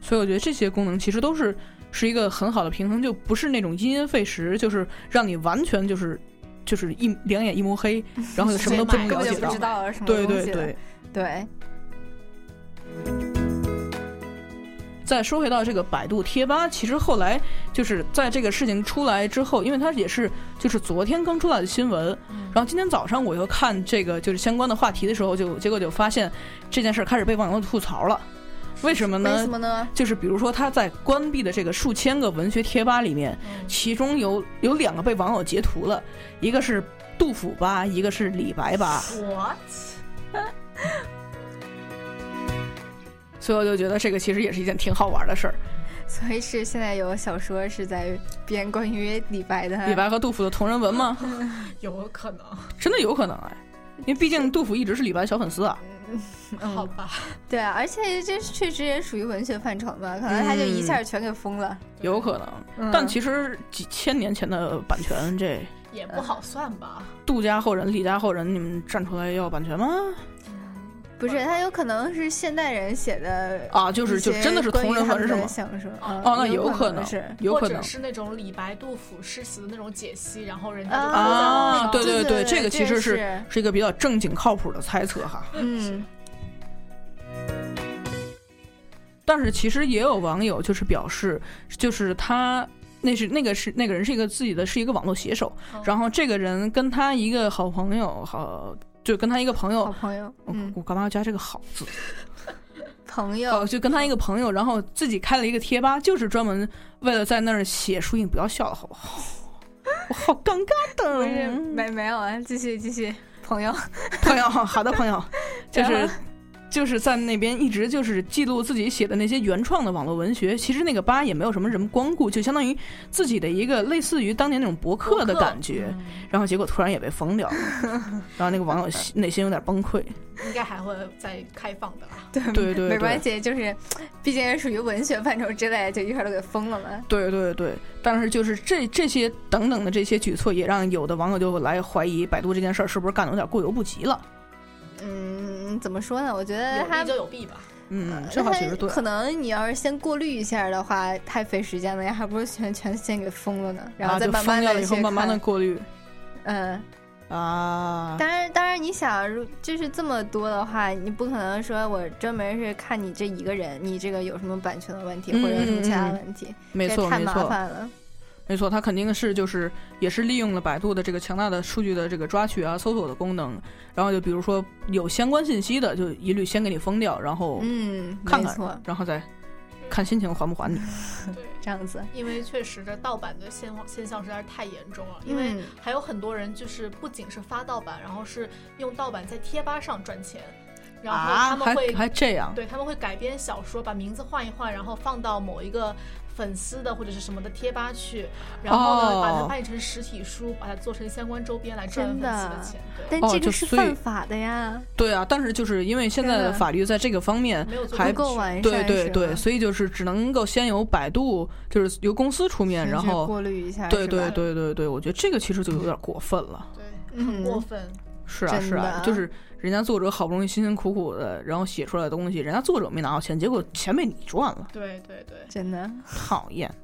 所以我觉得这些功能其实都是是一个很好的平衡，就不是那种因噎废食，就是让你完全就是就是一两眼一摸黑， 然后就什么都不能
根
了
本就
解
不知道什么
对
东
对
西了
对。
对，
再说回到这个百度贴吧，其实后来就是在这个事情出来之后，因为它也是就是昨天刚出来的新闻，
嗯
然后今天早上我又看这个就是相关的话题的时候，就结果就发现这件事儿开始被网友吐槽了。为什么呢？
为什么呢？
就是比如说他在关闭的这个数千个文学贴吧里面，其中有有两个被网友截图了，一个是杜甫吧，一个是李白吧。
What？
所以我就觉得这个其实也是一件挺好玩的事儿。
所以是现在有小说是在编关于李白的。
李白和杜甫的同人文吗？
有可能。
真的有可能哎，因为毕竟杜甫一直是李白的小粉丝啊。
好吧。
对啊，而且这确实也属于文学范畴吧，可能
嗯
他就一下全给封了。
有可能，
嗯
但其实几千年前的版权，这
也不好算吧。
杜家后人、李家后人，你们站出来要版权吗？
不是，他有可能是现代人写的
啊就是
一些
就真的是同人文
关于他
是吗
们的小说啊
哦那有
有
可能
能是
有可
或者
能
是那种李白、杜甫诗词的那种解析，然后人家就放在网
啊，
上
对
哦对对
这个其
这
实是
是
是一个比较正经靠谱的猜测哈。
嗯，
但是其实也有网友就是表示，就是他那是那个是那个人是一个自己的是一个网络写手，
哦
然后这个人跟他一个好朋友好就跟他一个朋友，
好朋友，嗯，
我干嘛要加这个好字？
朋友，
哦，就跟他一个朋友，然后自己开了一个贴吧，就是专门为了在那儿写书影，不要笑了，好不好？我好尴尬
不
的。
是哎没没有啊，继续继续，朋友，
朋友，好的 朋友，就是
然后
就是在那边一直就是记录自己写的那些原创的网络文学。其实那个吧也没有什么人光顾，就相当于自己的一个类似于当年那种博客的感觉。
嗯
然后结果突然也被封 掉了，然后那个网友心内心有点崩溃。
应该还会再开放的吧？
对
对对
没关系，就是毕竟也属于文学范畴之类，就一块儿都给封了嘛。
对对对，但是就是这这些等等的这些举措，也让有的网友就来怀疑百度这件事儿是不是干的有点过犹不及了。
嗯，怎么说呢？我觉得
呃
有
他
利就有弊吧。
嗯，这话其实对。
呃可能你要是先过滤一下的话，太费时间了呀，还不如全全先给封了呢，然后
啊
再
就
慢
封
慢
掉
的
了以后，慢慢的过滤
嗯。
啊。
当然，当然，你想，如就是这么多的话，你不可能说我专门是看你这一个人，你这个有什么版权的问题，
嗯
或者有什么其他
嗯嗯
问题，
没
这
错
太
没
麻
错
烦了。
没错，它肯定是就是也是利用了百度的这个强大的数据的这个抓取啊、搜索的功能，然后就比如说有相关信息的，就一律先给你封掉，然后
嗯，
看
没错
看，，然后再看心情还不还你。
这样子。
因为确实这盗版的现现象实在是太严重了，因为
嗯
还有很多人就是不仅是发盗版，然后是用盗版在贴吧上赚钱，然后
啊
他们会、
还还这样
对他们会改编小说，把名字换一换，然后放到某一个。粉丝的或者是什么的贴吧去，然后呢，
哦
把它翻译成实体书，把它做成相关周边来赚粉
真
丝
的
的钱。对
但
哦
这个
就是所以
犯法的呀。
对啊，但是就是因为现在
对
的法律在这个方面
没有做
还
不够完善
对对
是
对，
吧
所以就是只能够先由百度，就是由公司出面，
先
然
去
后
过滤一下
对
是
对
吧
对对对，我觉得这个其实就有点过分了。
很
嗯
过分。
是啊
嗯真
是啊，
的
就是人家作者好不容易辛辛苦苦的，然后写出来的东西，人家作者没拿到钱，结果钱被你赚了，
对 对对，
真的。
讨厌。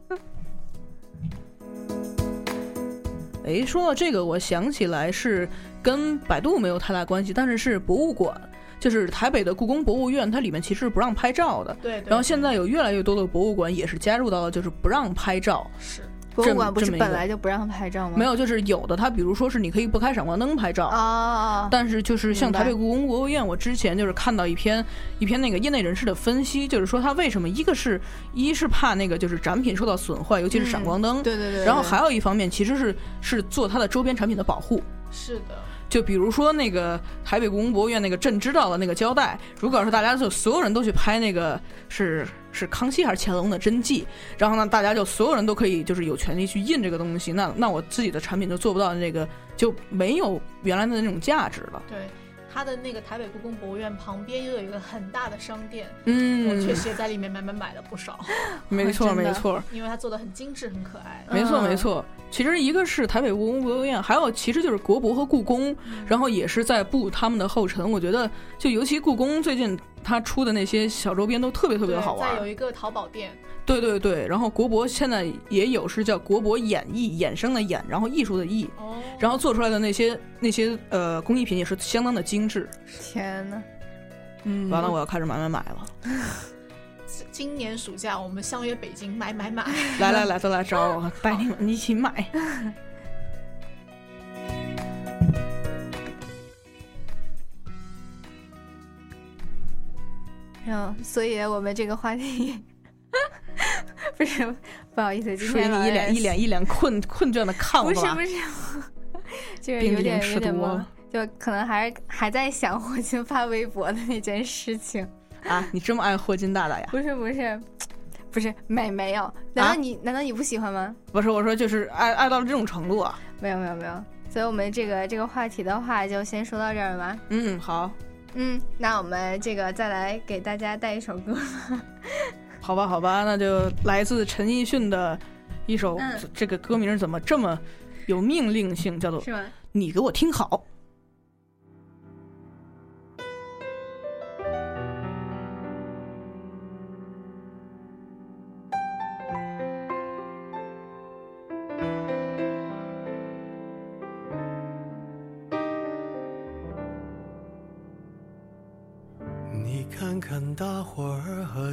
哎，说到这个，我想起来是跟百度没有太大关系，但是是博物馆，就是台北的故宫博物院，它里面其实是不让拍照的。
对对
然后现在有越来越多的博物馆也是加入到了，就是不让拍照。
是。
博物馆不是本来就不让拍照吗？
没有，就是有的，它比如说是你可以不开闪光灯拍照
啊，
但是就是像
明白
台北故宫博物院，我之前就是看到一篇一篇那个业内人士的分析，就是说它为什么一个是一是怕那个就是展品受到损坏，尤其是闪光灯，
对对对对
然后还有一方面其实是是做它的周边产品的保护，
是的，
就比如说那个台北故宫博物院那个朕知道的那个胶带，如果要是大家就所有人都去拍那个是是康熙还是乾隆的真迹，然后呢，大家就所有人都可以就是有权利去印这个东西，那那我自己的产品就做不到那个就没有原来的那种价值了。
对，它的那个台北故宫博物院旁边又有一个很大的商店，
嗯
我确实也在里面买买买了不少，
没错
真的嗯
没错
因为它做的很精致，很可爱，
没错，没错。其实一个是台北故宫博物院，还有其实就是国博和故宫，
嗯
然后也是在步他们的后尘。我觉得，就尤其故宫最近它出的那些小周边都特别特
对，
别好玩
再。有一个淘宝店，
对对对，然后国博现在也有是叫国博演艺，衍生的演，然后艺术的艺，然后做出来的那些那些呃工艺品也是相当的精致。
天呐，
嗯完了，我要开始买买买了，
今年暑假我们相约北京买买 买，
来来来，都来找 我，带你们一起买。
然后所以我们这个话题 不是不好意思，今
所以
天
你一脸一脸一脸困困倦的看我
不是
吧
不是，就是
冰激
有
凌
点
吃啊哦
有点
多
懵
了，
就可能还是还在想霍金发微博的那件事情。
啊，你这么爱霍金大大呀？
不是不是不是没没
啊
有，难道你、难道你不喜欢吗？
不是，我说就是爱爱到这种程度啊。
没有没有没有，所以我们这个这个话题的话就先说到这儿吧。
嗯，好，
嗯，那我们这个再来给大家带一首歌吧。
好吧，好吧，那就来自陈奕迅的一首，
嗯
这这个歌名怎么这么有命令性？叫做
是吗
你给我听好。
你看看大伙儿合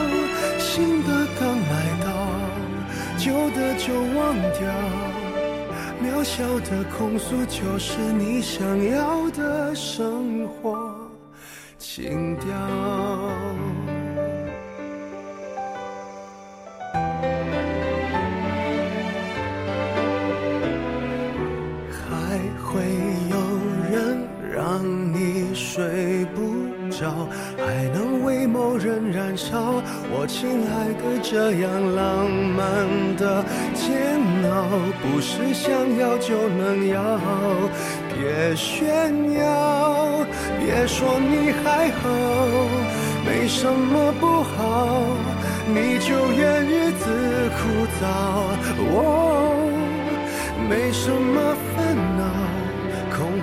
新的刚来到，旧的就忘掉。渺小的控诉就是你想要的生活情调。还会有人让你睡不着，还能为某人燃烧。我亲爱的，这样浪漫的煎熬，不是想要就能要。别炫耀，别说你还好，没什么不好，你就怨日子枯燥。哦没什么烦恼，恐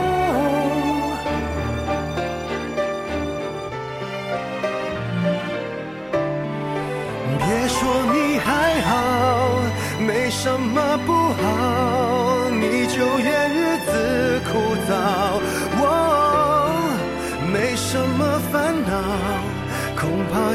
哦别说你还好，没什么不好，你就怨日子枯燥。哦，没什么烦恼，恐怕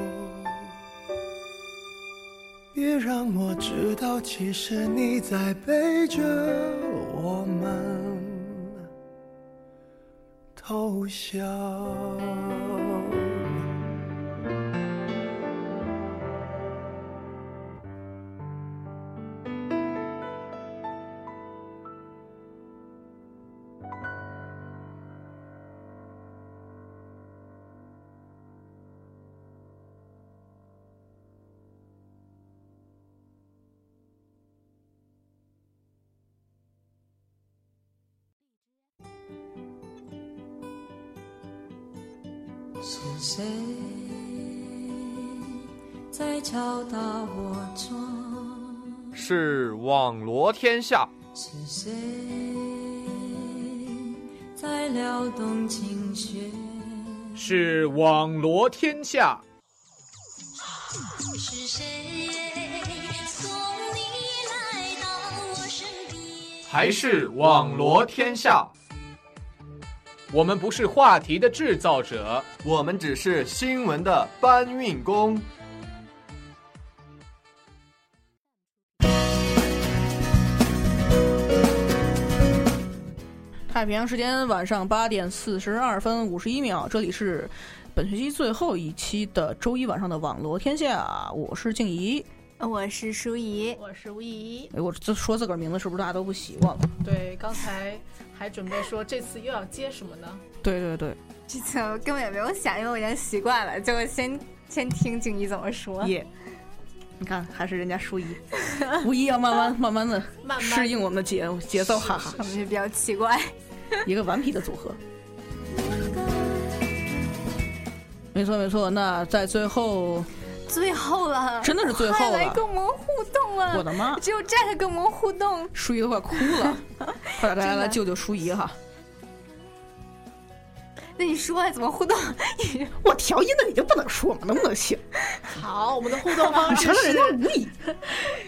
别让我知道，其实你在背着我们偷笑。
是谁在敲打我窗？
是网罗天下，
是谁在撩动琴弦？
是网罗天下。
是谁送你来到我身边？
还是网罗天下。我们不是话题的制造者，我们只是新闻的搬运工。
太平洋时间晚上八点四十二分五十一秒，这里是本学期最后一期的周一晚上的网罗天下，我是静怡。
呃我是舒怡，
我是吴怡。
哎，我这说自个儿名字是不是大家都不习惯了？
对，刚才还准备说这次又要接什么呢？
对对对，
这次我根本也没有想，因为我已经习惯了，就先先听静怡怎么说。
耶、你看还是人家 舒怡，吴怡要慢 慢慢慢的
慢慢
适应我们的节节奏，哈哈
我，们就比较奇怪。
一个顽皮的组合。没错没错，那在最后，
最后了，
真的是最后了
快来跟我们互动啊！
我的妈
只有 Jack 跟我们互动，
舒怡都快哭了， 快点大家来救救舒怡哈！
那你说怎么互动？
我调音的你就不能说吗？能不能行？
好，我们的互动
啊
方式是
无理，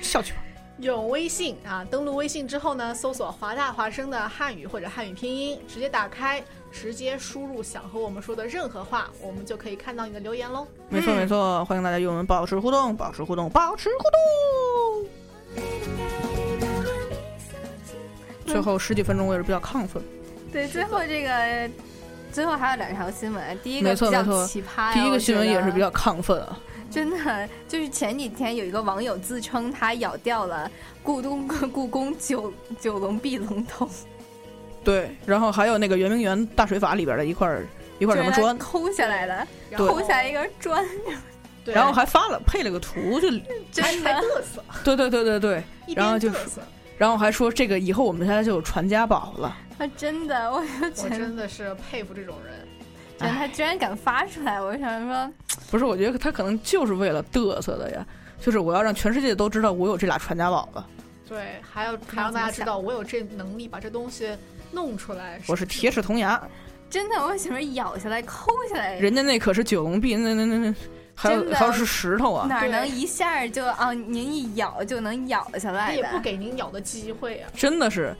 笑去吧。
用微信啊，登录微信之后呢，搜索“华大华生”的汉语或者汉语拼音，直接打开，直接输入想和我们说的任何话，我们就可以看到你的留言喽。
没错没错，欢迎大家与我们保持互动，保持互动，保持互动。最后十几分钟我也是比较亢奋，
对，最后这个，最后还有两条新闻，第一个
没
比
错
较
没错
奇葩呀、
第一
我
个
觉
新闻也
得
是比较亢奋啊。
真的，就是前几天有一个网友自称他咬掉了故宫 故宫九九龙壁龙头，
对，然后还有那个圆明园大水法里边的一块儿一块儿什么
居然
砖，
抠下来的，
对
抠下来一个砖，
对
然后还发了配了个图， 就
还
真
还
的
嘚瑟，
对对对对对
一，边
然后就
嘚瑟。
然后还说这个以后我们家就有传家宝了，
他真的，我就觉
我
得，
真的是佩服这种人。
觉得
哎
他居然敢发出来，我想说，
不是？我觉得他可能就是为了嘚瑟的呀，就是我要让全世界都知道我有这俩传家宝了，
对，还要还让大家知道我有这能力把这东西弄出来。
我是铁齿铜牙，
真的，我为什么咬下来抠下来？
人家那可是九龙壁，那那那那还有
真的
还有是石头啊，
哪儿能一下儿就啊？您一咬就能咬下来
也不
给
您咬的机会啊！
真的是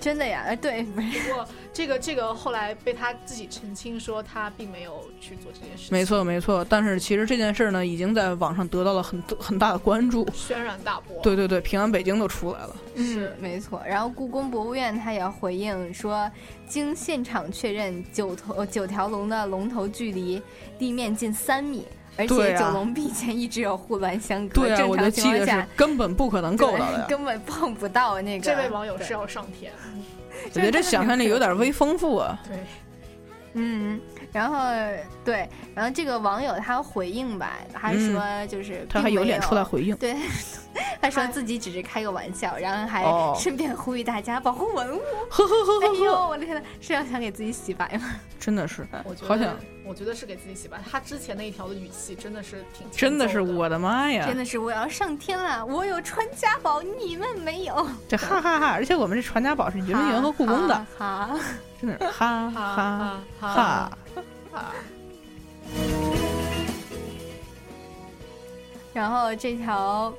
真的呀，呃对，不是
不过这个这个后来被他自己澄清说他并没有去做这件事情，
没错没错。但是其实这件事儿呢，已经在网上得到了很很大的关注，
轩然大波。
对对对，平安北京都出来了。
嗯，没错。然后故宫博物院它也回应说，经现场确认，九头呃九条龙的龙头距离地面近三米，而
对
且
啊
九龙壁前一直有护栏相隔，
对啊，
正
我就
常情
记
况
得
下
是根本不可能够到的
对
呀。
根本碰不到那个。
这位网友是要上天，
我觉得这想象力有点微丰富啊。
对，
嗯，然后对，然后这个网友他回应吧，他说就是、
嗯他还有脸出来回应
对，他说自己只是开个玩笑，然后还
哦
顺便呼吁大家保护文物。
呵呵呵
哎呦，我的天呐，是要想给自己洗白吗？
真的是
我，觉得
好想，
我觉得是给自己洗白。他之前那一条的语气真的是挺欠
真的是
揍
我的妈呀！
真的是我要上天了，我有传家宝，你们没有。
这哈哈哈！而且我们这传家宝是圆明园和故宫的，
哈，
真的是哈哈
哈
哈！
哈。
然后这条，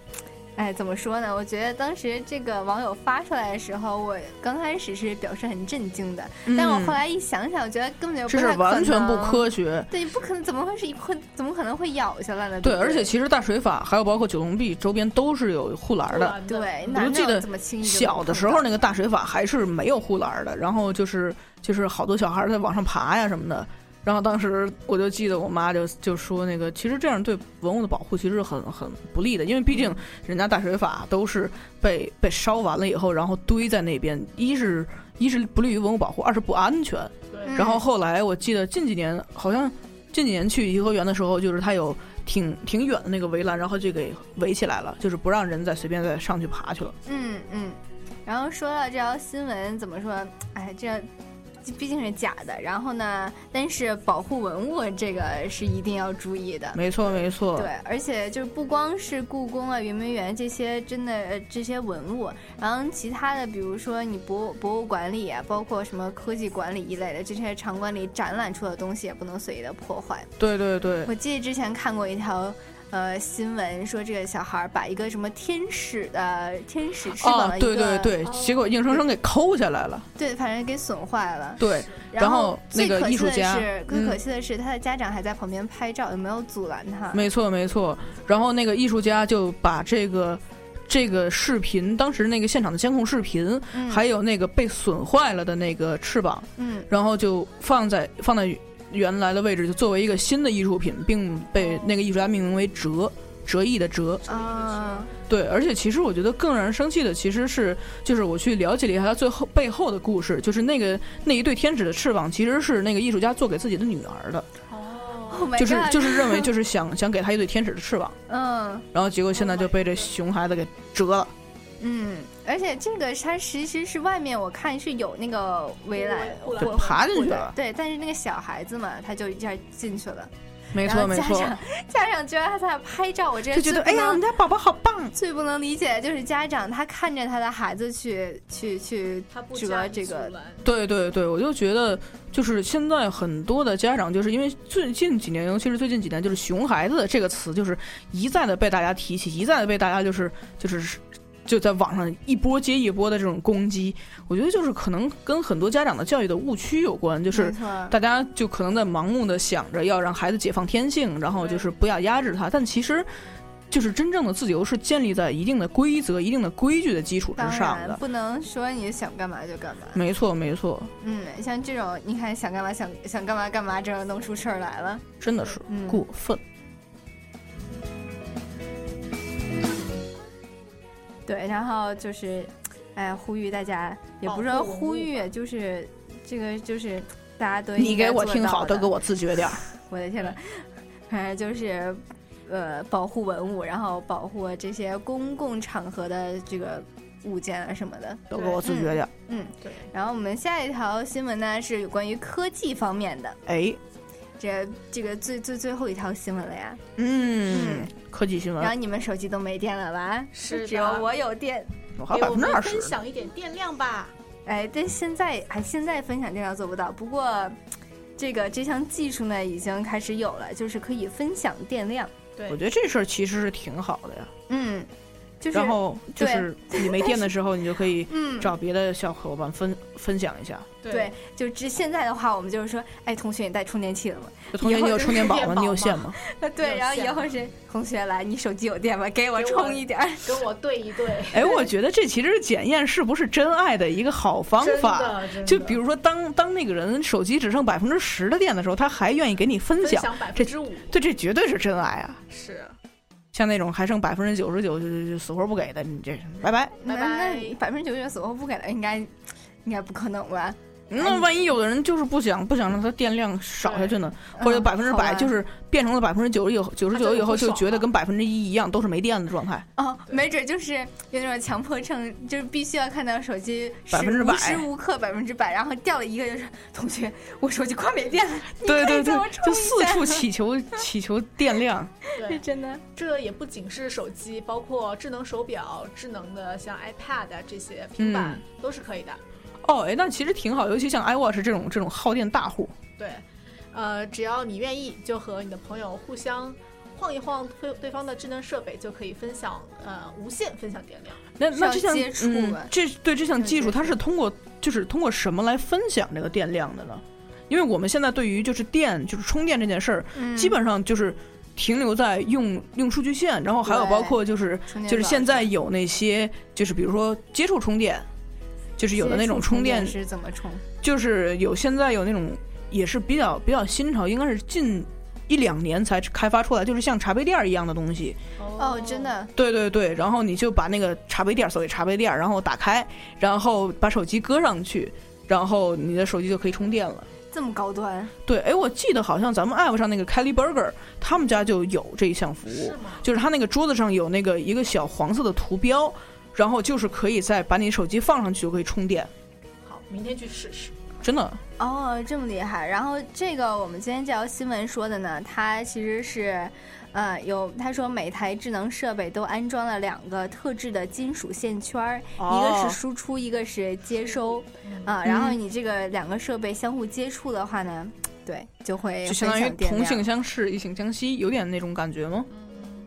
哎，怎么说呢？我觉得当时这个网友发出来的时候，我刚开始是表示很震惊的，
嗯
但我后来一想想，我觉得根本就不
这是
太可
完全不
能
科学。
对，不可能，怎么会是一块？怎么可能会咬下来呢？
对，
不
而且其实大水法还有包括九龙壁周边都是有护栏的。
对，
我
哪
嗯
就记
能
得
这么轻易就
小的时候那个大水法还是没有护栏的，然后就是就是好多小孩在往上爬呀什么的。然后当时我就记得我妈就就说那个，其实这样对文物的保护其实很很不利的，因为毕竟人家大水法都是被被烧完了以后，然后堆在那边，一是一是不利于文物保护，二是不安全。
对
然后后来我记得近几年好像近几年去颐和园的时候，就是它有挺挺远的那个围栏，然后就给围起来了，就是不让人再随便再上去爬去了。
嗯嗯，然后说到这条新闻，怎么说？哎，这毕竟是假的。然后呢，但是保护文物这个是一定要注意的。
没错，没错，
对，而且就是不光是故宫啊、圆明园这些真的呃这些文物，然后其他的，比如说你博博物馆里啊，包括什么科技馆里一类的这些场馆里展览出的东西，也不能随意的破坏。
对对对
我记得之前看过一条。呃，新闻说这个小孩把一个什么天使的天使翅膀
啊，
的一
对
个、
对对，结果硬生生给抠下来了。
对反正给损坏了。
对，
然
后那
最可
个艺
惜
术
的
家，
是，最可
嗯
惜的是他的家长还在旁边拍照，也没有阻拦他。
没错没错。然后那个艺术家就把这个这个视频，当时那个现场的监控视频，
嗯
还有那个被损坏了的那个翅膀，
嗯
然后就放在放在原来的位置，就作为一个新的艺术品，并被那个艺术家命名为“折”。折翼的哦折，
啊，
对，而且其实我觉得更让人生气的其实是，就是我去了解了一下他最后背后的故事，就是那个那一对天使的翅膀其实是那个艺术家做给自己的女儿的，
Oh my
就是
God
就是认为就是想想给他一对天使的翅膀，
嗯
然后结果现在就被这熊孩子给折了。
嗯，而且这个它其实是外面我看是有那个围栏，
就
我
爬进去了
对，但是那个小孩子嘛，他就一下进去了。
没错
然后
没错
家长家长居然还在拍照，我这
就觉得哎呀我们家宝宝好棒。
最不能理解的就是家长他看着他的孩子去去去折这个，
对对对，我就觉得就是现在很多的家长，就是因为最近几年，尤其是最近几年，就是“熊孩子”这个词，就是一再的被大家提起，一再的被大家就是就是就在网上一波接一波的这种攻击。我觉得就是可能跟很多家长的教育的误区有关，就是
没错
大家就可能在盲目的想着要让孩子解放天性，然后就是不要压制他，但其实。就是真正的自由是建立在一定的规则、一定的规矩的基础之
当
上
然
的，
不能说你想干嘛就干嘛。
没错，没错，
嗯，像这种你看想干嘛想想干嘛干嘛，这种弄出事儿来了。
真的是
嗯
过分。
对，然后就是，哎，呼吁大家，也不是说呼吁，就是这个就是大家都
你
应该
给我
做
听
到
好，都
的
给，我自觉点儿。
我的天呐，反正就是，呃，保护文物，然后保护这些公共场合的这个物件啊什么的，
都给我自觉点儿
嗯。嗯，对。然后我们下一条新闻呢是有关于科技方面的，
哎，
这这个最最最后一条新闻了呀。
嗯，科技新
然后
闻，
你们手机都没电了吧？
是的
只有我有电。
我还有百分之二十。
享一点电量吧。
哎，但现在哎，现在分享电量做不到，不过这个这项技术呢已经开始有了，就是可以分享电量。
我觉得这事儿其实是挺好的呀。
嗯，就是
然后就是
对
你没电的时候，你就可以
嗯
找别的小伙伴分分享一下。
对，就这现在的话，我们就是说，哎，同学，你带充电器了吗？
就同学，你有充电宝吗？你有线
吗？
吗？
对，然后以后是同学来，你手机有电吗？给我充一点儿，
跟我对一 对。
哎，我觉得这其实是检验是不是真爱的一个好方
真
法
的真的。
就比如说当，当那个人手机只剩百分之十的电的时候，他还愿意给你分
分
享
享百，
这
分之五
对，这绝对是真爱啊！
是，
像那种还剩百分之九十九就就死活不给的，你这
嗯
拜拜。
那那百分之九十九死活不给了，应该应该不可能吧？嗯
那万一有的人就是不想不想让它电量少下去呢，或者
嗯
百分之
好吧
百就是变成了百分之九十九九十
他就
九以后，
不爽
就觉得跟百分之一一样都是没电的状态。
哦，没准就是有那种强迫症，就是必须要看到手机是
100%
无时无刻百分之百，然后掉了一个就是同学，我手机快没电了，你
对
可以
对
给
对
我，充
就
一
四
下
处祈求祈求电量。
对，
真的。
这也不仅是手机，包括智能手表、智能的像 iPad 啊这些平板、
嗯
都是可以的。
哦，哎，那其实挺好，尤其像 iWatch 这种这种耗电大户。
对，呃，只要你愿意，就和你的朋友互相晃一晃对对方的智能设备，就可以分享呃无限分享电量。
那那这项
接触
嗯
吧，
这对这项技术，它是通过就是通过什么来分享这个电量的呢？因为我们现在对于就是电就是充电这件事儿，
嗯
基本上就是停留在用用数据线，然后还有
对
包括就是
充电
就是
宝
现在有那些就是比如说接触充电，就是有的那种充电
是怎么充？
就是有现在有那种也是比较比较新潮，应该是近一两年才开发出来，就是像茶杯垫儿一样的东西。
哦，真的，
对对对，然后你就把那个茶杯垫儿，所谓茶杯垫儿，然后打开，然后把手机搁上去，然后你的手机就可以充电了。
这么高端，
对，哎，我记得好像咱们 app 上那个 Kelly Burger，他们家就有这一项服务，就是他那个桌子上有那个一个小黄色的图标，然后就是可以再把你手机放上去就可以充电，
好，明天去试试。
真的。
哦，这么厉害。然后这个我们今天这条新闻说的呢，它其实是，呃，有他说每台智能设备都安装了两个特制的金属线圈儿，
哦
一个是输出，一个是接收，
嗯
啊、然后你这个两个设备相互接触的话呢，对，就会
就相当于
分享电
同性
量。
相斥，异性相吸，有点那种感觉吗？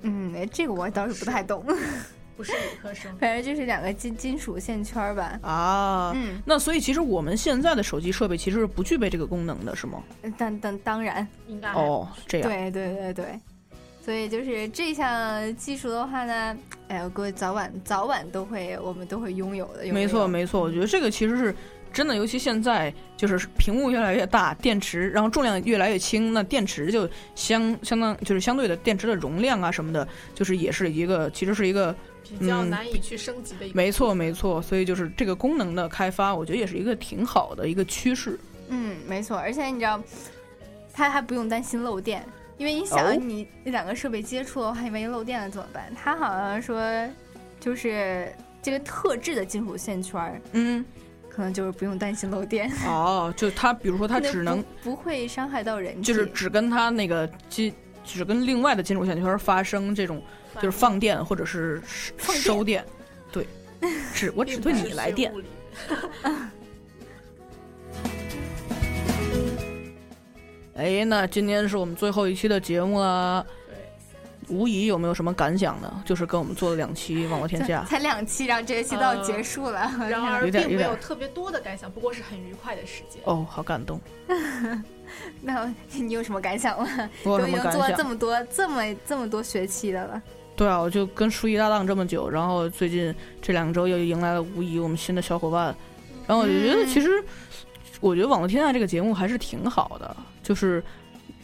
嗯，这个我倒是不太懂，
不是理科生。
反正就是两个金金属线圈儿吧。
啊，
嗯
那所以其实我们现在的手机设备其实是不具备这个功能的，是吗？
当当当然，
应该
哦这样
对对对对，所以就是这项技术的话呢，哎，我估计早晚早晚都会，我们都会拥有的。有嗯
没错，没错，我觉得这个其实是真的，尤其现在就是屏幕越来越大，电池然后重量越来越轻，那电池就相相当就是相对的电池的容量啊什么的，就是也是一个其实是一个
比较
嗯
难以去升级的一个、
没错，没错，所以就是这个功能的开发，我觉得也是一个挺好的一个趋势。
嗯，没错，而且你知道，它还不用担心漏电，因为你
哦
想，你那两个设备接触的话，万一漏电了怎么办？它好像说就是这个特制的金属线圈儿，
嗯，
可能就是不用担心漏电。
哦，就它比如说它
可
只
不
能
不会伤害到人体，
就是只跟它那个金，只跟另外的金属线圈发生这种就是放电或者是收电，对，只我只对你来电。哎，那今天是我们最后一期的节目啦。无疑有没有什么感想呢？就是跟我们做了两期《网络天下
才》，才两期，然后
呃
这一期到结束了。
然而
有点
并没
有
有
点
特别多的感想，不过是很愉快的时间。
哦，好感动。
那你有什么感想吗？
我有
都
什
已
么
经
感
做了
想
这么多、这么这么多学期的了，
对啊，我就跟舒怡搭档这么久，然后最近这两周又迎来了无疑我们新的小伙伴，然后我就觉得其
嗯
实，我觉得《网络天下》这个节目还是挺好的，就是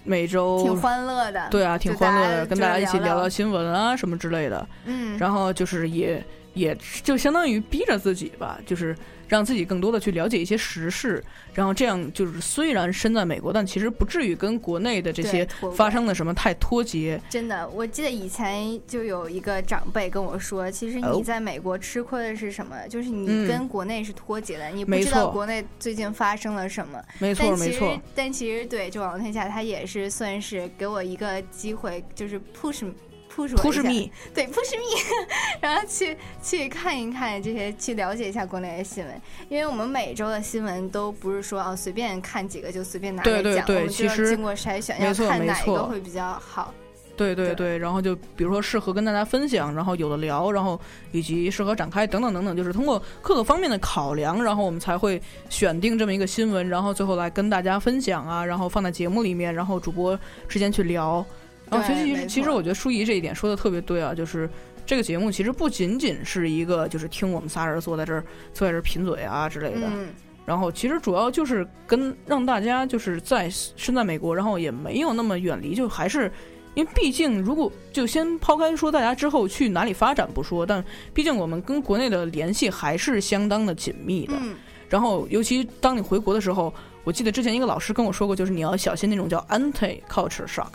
每周
挺欢乐的。
哦对啊，挺欢乐的，
就
跟大家一起
就是聊
聊聊新闻啊什么之类的。
嗯
然后就是也也就相当于逼着自己吧，就是让自己更多的去了解一些时事，然后这样就是虽然身在美国，但其实不至于跟国内的这
对
些
脱轨
发生的什么太脱节。
真的，我记得以前就有一个长辈跟我说，其实
哦
你在美国吃亏的是什么？就是你
嗯
跟国内是脱节的，你不
没
知道
错
国内最近发生了什么。
没错
但其
没
实
错
但其实对，就《网络天下》它也是算是给我一个机会，就是 push 扑说
Push
一下
me
对 push me，然 后去去看一看这些，去了解一下国内的新闻，因为我们每周的新闻都不是说啊随便看几个就随便拿
对
来
对
讲，
对
我们就要
其实
经过筛选，
没
要
错
看
没
哪一
错
个会比较好。
对对对，然后就比如说适合跟大家分享，然后有的聊，然后以及适合展开等等等等，就是通过各个方面的考量，然后我们才会选定这么一个新闻，然后最后来跟大家分享啊，然后放在节目里面，然后主播之间去聊。然后其
对
实其
没
实
错
其实我觉得舒怡这一点说的特别对啊，就是这个节目其实不仅仅是一个就是听我们仨人坐在这儿坐在这儿贫嘴啊之类的，
嗯
然后其实主要就是跟让大家就是在身在美国，然后也没有那么远离，就还是因为毕竟如果就先抛开说大家之后去哪里发展不说，但毕竟我们跟国内的联系还是相当的紧密
嗯
的。然后尤其当你回国的时候，我记得之前一个老师跟我说过，就是你要小心那种叫 anti culture shock。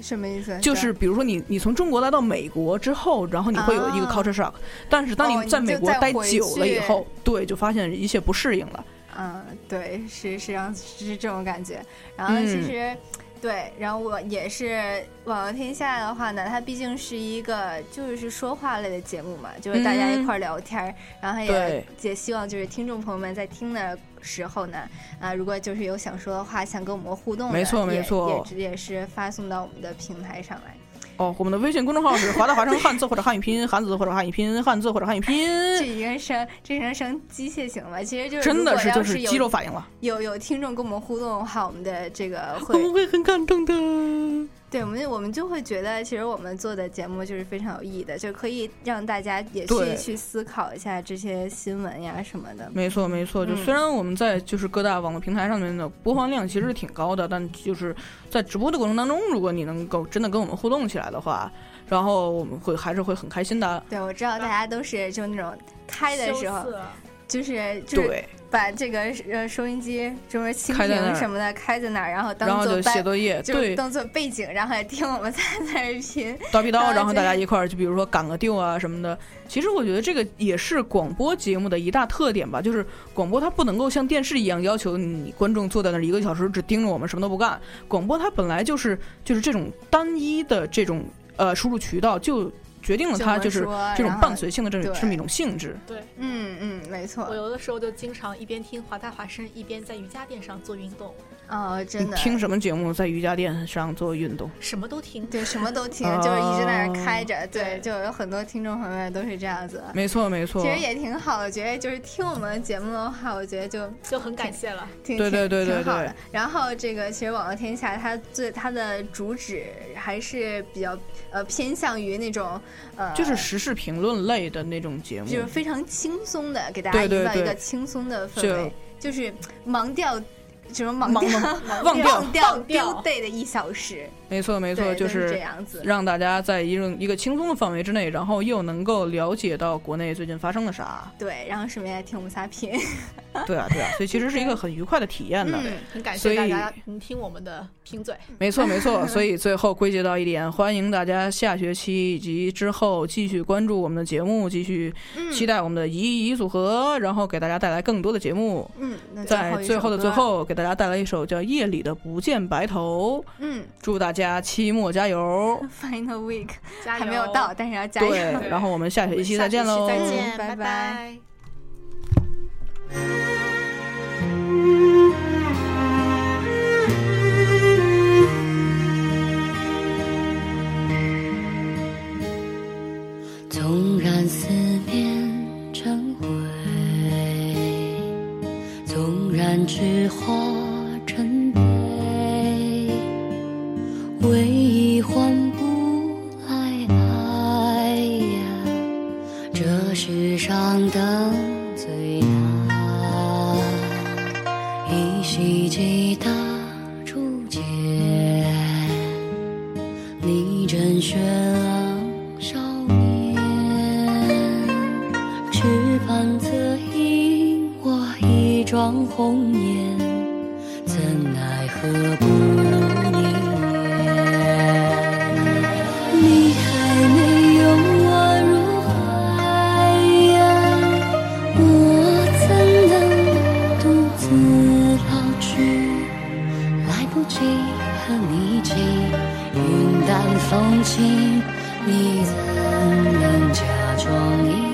什么意思？
就是比如说你你从中国来到美国之后，然后你会有一个 culture shock，、但是当
哦
你
你
在
就
美国
再
待
回
久了以
去
后，对，就发现一切不适应了。
嗯，对，是是这样，是这种感觉。然后其
嗯
实，对，然后我也是网络天下的话呢，它毕竟是一个就是说话类的节目嘛，就是大家一
嗯
块儿聊天儿、然后也
对
也希望就是听众朋友们在听的时候呢，啊，如果就是有想说的话，想跟我们互动的，
没错没
也
错
也也是发送到我们的平台上来。
哦，我们的微信公众号是华大华生汉字或者汉语拼音，汉字或者汉语拼音，汉字或者汉语拼
这
音。
已经生这已经成机械型了，其实就是
真的
如果
是
要
就是是
有
肌肉反应了。
有有听众跟我们互动的话，我们的这个
我
会
们会很感动的。
对，我们我们就会觉得，其实我们做的节目就是非常有意义的，就可以让大家也去
对
去思考一下这些新闻呀什么的。
没错，没错。就
嗯
虽然我们在就是各大网络平台上面的播放量其实是挺高的，但就是在直播的过程当中，如果你能够真的跟我们互动起来的话，然后我们会还是会很开心的。
对，我知道大家都是就那种开的时候
羞涩，
就是就是
对
把这个呃收音机什么蜻
开在那
蜓
儿
什么的开在那儿，然后
然
当
后
做
就
伴
写作业
就是
对
当做背景，然后来听我们在 那儿拼
叨逼叨，然后大家
就
一块儿就比如说赶个丢啊什么的。其实我觉得这个也是广播节目的一大特点吧，就是广播它不能够像电视一样要求你观众坐在那儿一个小时只盯着我们什么都不干。广播它本来就是就是这种单一的这种呃输入渠道就决定了它
就
就是是
说
这种
啊然后
伴随性的这种
对
这么一种性质。
对，
嗯嗯，没错。
我有的时候就经常一边听华大华声，一边在瑜伽垫上做运动，
哦，
你
真的
听什么节目在瑜伽垫上做运动？
什么都听，
对，什么都听，
哦
就是一直在那儿开着。对，就有很多听众朋友们都是这样子。
没错没错
其实也挺好，我觉得就是听我们节目的话，我觉得就
就很感谢了。
挺
对对对对
挺好的
对。
然后这个其实网络天下它最它的主旨还是比较呃偏向于那种呃
就是时事评论类的那种节目，
就是非常轻松的，给大家
嗯对对
营造一
对
个轻松的氛
就
围，就是忙掉什么
忙
掉
忙
忘
忘掉
掉
忘
丢 day 的一小时。
没错，没错，
对
就
都是这样子
让大家在一种一个轻松的范围之内，然后又能够了解到国内最近发生了 啥。
对，然后顺便也听我们仨拼。
对啊，对啊，所以其实是一个很愉快的体验呢。
嗯很感
所
谢
以
大家能听我们的拼嘴。
没错，没 错。所以最后归结到一点，欢迎大家下学期以及之后继续关注我们的节目，继续
嗯
期待我们的一一组合，然后给大家带来更多的节目。
嗯，那
在最后的最
最后一首歌，
后，给大家带来一首叫《夜里的不见白头》。
嗯
祝大家期末加油！
，Final Week
加
还没有
油
到，但是要加油。
对，然后我们下学期再见喽！
下学期哎再见，拜拜。
纵然思念成灰，纵然纸化尘埃，唯一换不来爱呀，这世上的最难，依稀记得初见，你正绚朗少年，池畔侧影，我一妆红颜，怎奈何不念？你还没有我入怀呀，我怎能独自老去？来不及和你一起云淡淡风轻，你怎能假装一？